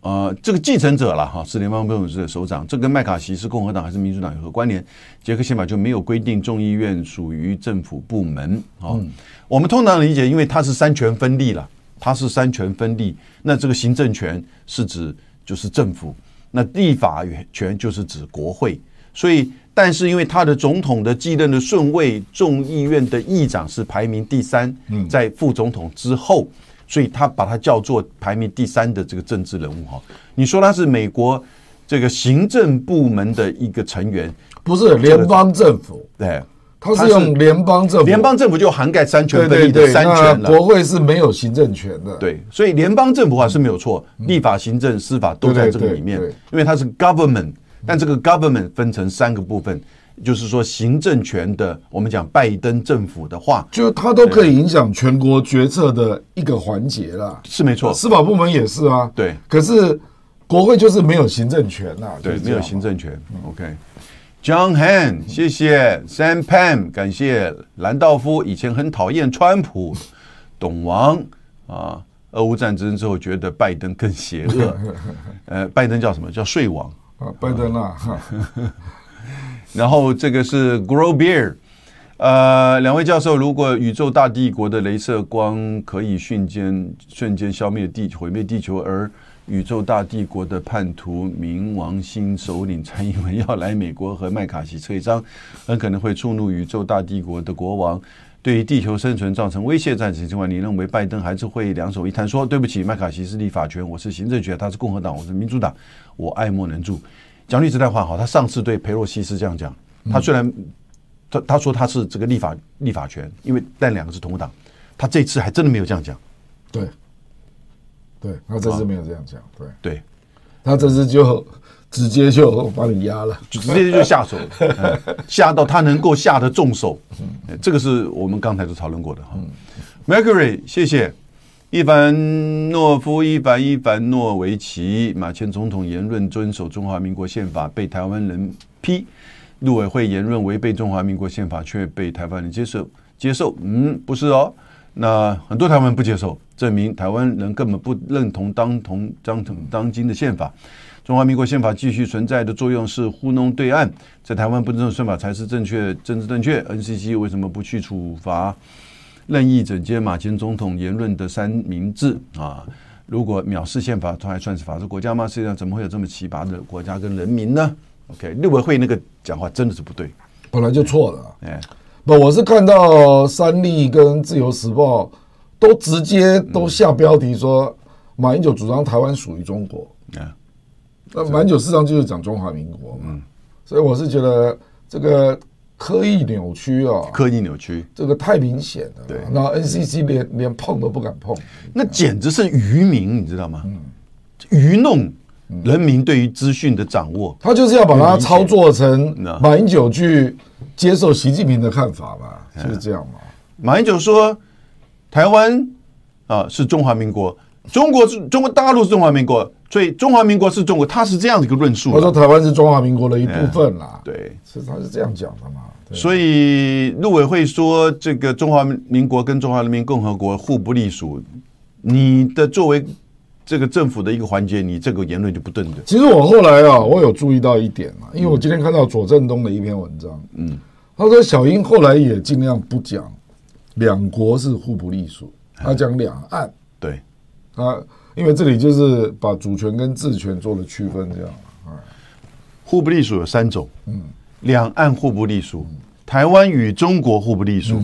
Speaker 1: 呃，这个继承者了哈，是联邦政府的首长。这跟麦卡锡是共和党还是民主党有何关联？捷克宪法就没有规定众议院属于政府部门啊、哦我们通常理解，因为它是三权分立了，它是三权分立。那这个行政权是指就是政府，那立法权就是指国会。所以，但是因为他的总统的继任的顺位，众议院的议长是排名第三，
Speaker 4: 嗯
Speaker 1: 在副总统之后，所以他把他叫做排名第三的这个政治人物哈。你说他是美国这个行政部门的一个成员，
Speaker 4: 不是联邦政府，
Speaker 1: 对，
Speaker 4: 他是用联邦政府。
Speaker 1: 联邦政府就涵盖三权
Speaker 4: 对
Speaker 1: 分
Speaker 4: 对
Speaker 1: 立的
Speaker 4: 对，
Speaker 1: 三
Speaker 4: 那
Speaker 1: 权了。
Speaker 4: 国会是没有行政权的。，嗯
Speaker 1: 对，所以联邦政府啊是没有错，立法、行政、司法都在这个里面
Speaker 4: 对对对，
Speaker 1: 因为它是 government，但这个 government 分成三个部分，就是说行政权的，我们讲拜登政府的话
Speaker 4: 就他都可以影响全国决策的一个环节啦。
Speaker 1: 是没错，
Speaker 4: 司法部门也是啊。
Speaker 1: 对
Speaker 4: 可是国会就是没有行政权呐、就
Speaker 1: 对，
Speaker 4: 是这
Speaker 1: 没
Speaker 4: 样
Speaker 1: 有行政权。OK。John Han，谢谢 Sam Pam，感谢兰道夫，以前很讨厌川普，董王啊，俄乌战争之后觉得拜登更邪恶， 呃，拜登叫什么叫税王，
Speaker 4: 啊，拜登啊，哈
Speaker 1: 然后这个是 Grow Beer，呃，两位教授，如果宇宙大帝国的镭射光可以瞬间瞬间消灭地毁灭地球，而宇宙大帝国的叛徒冥王星首领蔡英文要来美国和麦卡锡吹章，很可能会触怒宇宙大帝国的国王。对于地球生存造成威胁，在此情况，你认为拜登还是会两手一摊说：“对不起，麦卡锡是立法权，我是行政权，他是共和党，我是民主党，我爱莫能助。”讲句实在话，哈，他上次对佩洛西是这样讲，他虽然 他他说他是这个立法立法权，因为但两个是同党，他这次还真的没有这样讲。
Speaker 4: 对，对，他这次没有这样讲，对
Speaker 1: 对，
Speaker 4: 他这次就 直接就 把你压了。
Speaker 1: 就直接就下手，嗯下到他能够下的重手，呃这个是我们刚才都讨论过的哈。Mercury，谢谢。伊凡诺夫、伊凡伊凡诺维奇、马前总统言论遵守中华民国宪法，被台湾人批；陆委会言论违背中华民国宪法，却被台湾人接受接受。嗯，不是哦。那很多台湾人不接受，证明台湾人根本不认同当同当当今的宪法。中华民国宪法继续存在的作用是糊弄对岸，在台湾不尊重宪法才是正确政治正确。NCC 为什么不去处罚任意整接马前总统言论的三明治啊？如果藐视宪法，它还算是法治国家吗？世界上怎么会有这么奇葩的国家跟人民呢？OK，陆委会那个讲话真的是不对，
Speaker 4: 本来就错了啊。
Speaker 1: 哎，
Speaker 4: 不，我是看到三立跟自由时报都直接
Speaker 1: 嗯
Speaker 4: 都下标题说马英九主张台湾属于中国，
Speaker 1: 啊，
Speaker 4: 那马英九事实上就是讲中华民国
Speaker 1: 嗯
Speaker 4: 嘛。所以我是觉得这个刻意扭曲啊，
Speaker 1: 刻意扭曲，
Speaker 4: 这个太明显了。啊
Speaker 1: 对
Speaker 4: 那 NCC 连连碰都不敢碰。
Speaker 1: 那简直是愚民，你知道吗？愚弄人民对于资讯的掌握，
Speaker 4: 他就是要把它操作成
Speaker 1: 那
Speaker 4: 马英九去接受习近平的看法嘛，就是这样嘛。
Speaker 1: 马英九说，台湾啊是中华民国，中国是中国大陆是中华民国，所以中华民国是中国，他是这样的一个论述
Speaker 4: 他说
Speaker 1: 的。
Speaker 4: 台湾是中华民国的一部分啦，
Speaker 1: 嗯对，
Speaker 4: 是他是这样讲的嘛。对
Speaker 1: 所以陆委会说这个中华民国跟中华人民共和国互不隶属，你的作为这个政府的一个环节，你这个言论就不对的。
Speaker 4: 其实我后来啊，我有注意到一点嘛，因为我今天看到左正东的一篇文章，嗯，他说小英后来也尽量不讲两国是互不隶属，他讲两岸
Speaker 1: 对，
Speaker 4: 啊，因为这里就是把主权跟治权做了区分，这样
Speaker 1: 互不隶属有三种，嗯，两岸互不隶属，台湾与中国互不隶属，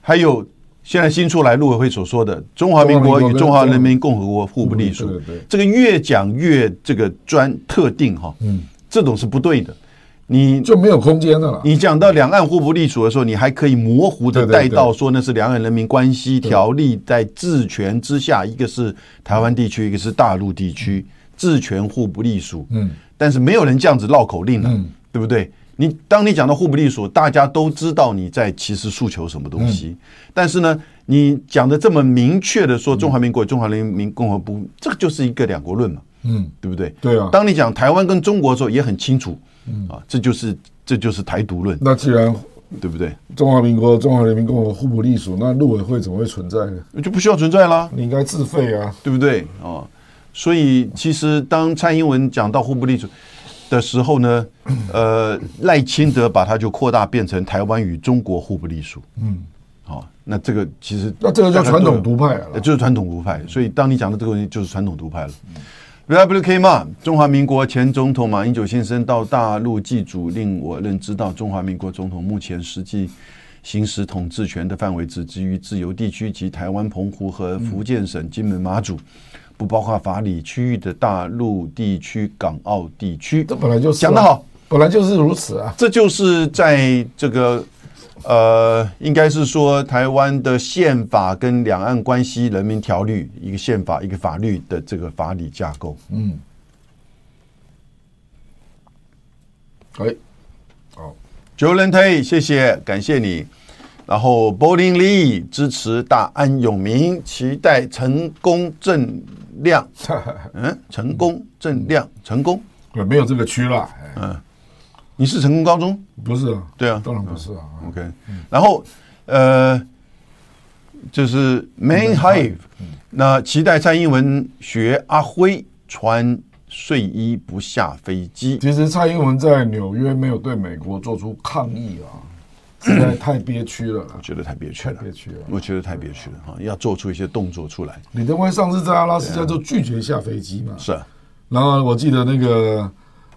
Speaker 1: 还有现在新出来陆委会所说的中华民国与中华人民共和国互不隶
Speaker 4: 嗯
Speaker 1: 属
Speaker 4: 对对对，
Speaker 1: 这个越讲越这个专特定哈，嗯，这种是不对的。你
Speaker 4: 就没有空间的了啦。
Speaker 1: 你讲到两岸互不隶属的时候，你还可以模糊的
Speaker 4: 对对
Speaker 1: 带
Speaker 4: 对
Speaker 1: 到说那是两岸人民关系条例在治权之下，一个是台湾地区，一个是大陆地
Speaker 4: 嗯
Speaker 1: 区，治权互不隶属。嗯，但是没有人这样子绕口令了、啊
Speaker 4: 嗯
Speaker 1: 对不对？你当你讲到互不隶属，大家都知道你在其实诉求什么东
Speaker 4: 嗯
Speaker 1: 西，但是呢，你讲的这么明确的说中华民国、中华人民共和国，这个就是一个两国论嘛。
Speaker 4: 嗯，
Speaker 1: 对不对？
Speaker 4: 对啊
Speaker 1: 当你讲台湾跟中国的时候，也很清楚，
Speaker 4: 嗯
Speaker 1: 啊，这就是这就是台独论，
Speaker 4: 那既然
Speaker 1: 对不对？
Speaker 4: 中华民国、中华人民共和国互不隶属，那陆委会怎么会存在呢？
Speaker 1: 就不需要存在啦，
Speaker 4: 你应该自费啊。
Speaker 1: 对不对？哦，所以其实当蔡英文讲到互不隶属的时候 呢，呃，赖清德把它就扩大变成台湾与中国互不隶属。嗯，好、那这个其实
Speaker 4: 那这个叫
Speaker 1: 大概都
Speaker 4: 传
Speaker 1: 有
Speaker 4: 统独派啊了啦
Speaker 1: 呃。就是传统独派。所以当你讲的这个问题，就是传统独派了。WK 嘛，中华民国前总统马英九先生到大陆祭祖，令我认知到中华民国总统目前实际行使统治权的范围只基于自由地区及台湾澎湖和福建省金门马祖，不包括法理区域的大陆地区、港澳地区。
Speaker 4: 这本来就是啊
Speaker 1: 讲得好，
Speaker 4: 本来就是如此啊。
Speaker 1: 这就是在这个呃，应该是说台湾的宪法跟两岸关系人民条例，一个宪法一个法律的这个法理架构。
Speaker 4: 哎，
Speaker 1: 九人推，谢谢，感谢你。然后 Bowling Lee 支持大安永明，期待成功正亮，嗯，成功正亮，成功，
Speaker 4: 没有这个区啦。哎
Speaker 1: 你是成功高中
Speaker 4: 不是啊，
Speaker 1: 嗯对啊
Speaker 4: 当然不是啊。
Speaker 1: ，OK，然后呃，就是 Main Hive，那
Speaker 4: 嗯
Speaker 1: 期待蔡英文学阿辉穿睡衣不下飞机，
Speaker 4: 其实蔡英文在纽约没有对美国做出抗议 啊，实在太憋屈了啦
Speaker 1: 我。觉得太憋屈
Speaker 4: 太
Speaker 1: 了
Speaker 4: 憋，屈了。
Speaker 1: 我觉得太憋屈了哈，要做出一些动作出来，
Speaker 4: 李登辉上次在阿拉斯加就拒绝下飞机嘛，
Speaker 1: 是啊，
Speaker 4: 然后我记得那个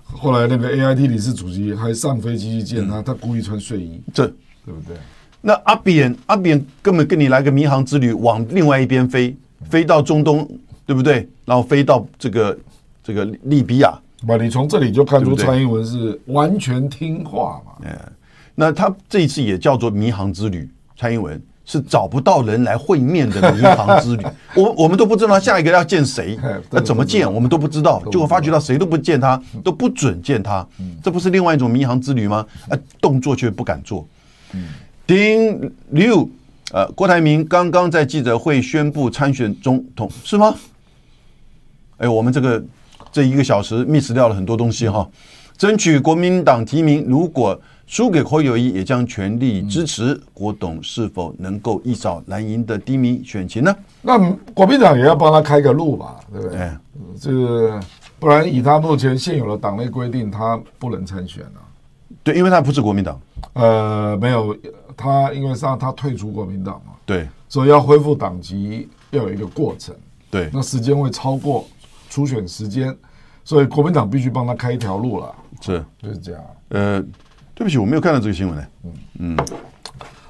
Speaker 4: 后来那个 AIT 理事主席还上飞机去见
Speaker 1: 嗯
Speaker 4: 他，他故意穿睡衣，
Speaker 1: 这
Speaker 4: 对不对？
Speaker 1: 那阿扁，阿扁根本跟你来个民航之旅，往另外一边飞，飞到中东，对不对？然后飞到这个这个利比亚，
Speaker 4: 吧，你从这里就看
Speaker 1: 对
Speaker 4: 出
Speaker 1: 不对
Speaker 4: 蔡英文是完全听话嘛。
Speaker 1: 嗯，那他这一次也叫做民航之旅，蔡英文是找不到人来会面的民航之旅， 我我们都不知道他下一个要见谁
Speaker 4: 对，
Speaker 1: 那怎么见我们都不知道，
Speaker 4: 道嗯
Speaker 1: 结果发觉到谁都不见他，都不准见他，这不是另外一种民航之旅吗？
Speaker 4: 嗯
Speaker 1: 啊，动作却不敢做。丁六，呃，郭台铭刚刚在记者会宣布参选总统，是吗？哎，我们这个这一个小时 miss 掉了很多东西哈。争取国民党提名。如果输给侯友谊，也将全力支持郭董，是否能够一扫蓝营的低迷选情呢？
Speaker 4: 那国民党也要帮他开个路吧，对不对？
Speaker 1: 哎
Speaker 4: 嗯这个不然以他目前现有的党内规定，他不能参选啊。
Speaker 1: 对，因为他不是国民党，
Speaker 4: 呃，没有，他因为是让他退出国民党嘛，
Speaker 1: 对
Speaker 4: 所以要恢复党籍要有一个过程，
Speaker 1: 对
Speaker 4: 那时间会超过初选时间，所以国民党必须帮他开一条路了，
Speaker 1: 是。
Speaker 4: 就是这样。
Speaker 1: 呃，对不起，我没有看到这个新闻呢。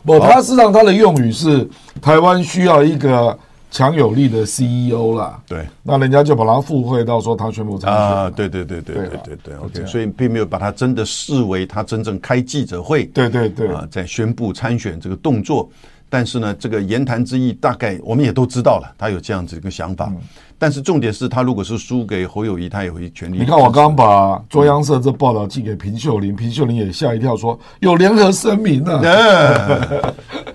Speaker 4: 不，他事实上他的用语是台湾需要一个强有力的 CEO 啦。
Speaker 1: 对
Speaker 4: 那人家就把他附会到说他宣布参选
Speaker 1: 啊，对对对对
Speaker 4: 对
Speaker 1: 对
Speaker 4: 了
Speaker 1: 对对，OK，
Speaker 4: 这样
Speaker 1: 所以并没有把他真的视为他真正开记者会，
Speaker 4: 对对对
Speaker 1: 啊，在宣布参选这个动作。但是呢，这个言谈之意大概我们也都知道了，他有这样子一个想
Speaker 4: 嗯
Speaker 1: 法。但是重点是他如果是输给侯友谊，他也会全力。
Speaker 4: 你看，我刚刚把中央社这报道寄给平秀玲，平秀玲也吓一跳说，有联合声明呢、啊。
Speaker 1: 呃，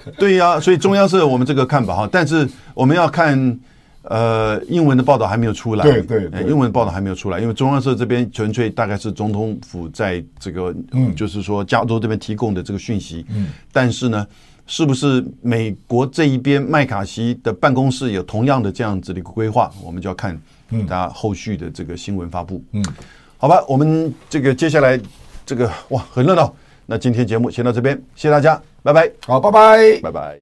Speaker 1: 对呀、所以中央社我们这个看法哈，但是我们要看呃英文的报道还没有出来，
Speaker 4: 对对对
Speaker 1: 呃英文报道还没有出来，因为中央社这边纯粹大概是总统府在这个，嗯，就是说加州这边提供的这个讯息，嗯，但是呢。是不是美国这一边麦卡锡的办公室有同样的这样子的一个规划？我们就要看他后续的这个新闻发布。嗯，好吧，我们这个接下来这个哇很热闹。那今天节目先到这边，谢谢大家，拜拜，
Speaker 4: 好，拜拜。
Speaker 1: 拜拜。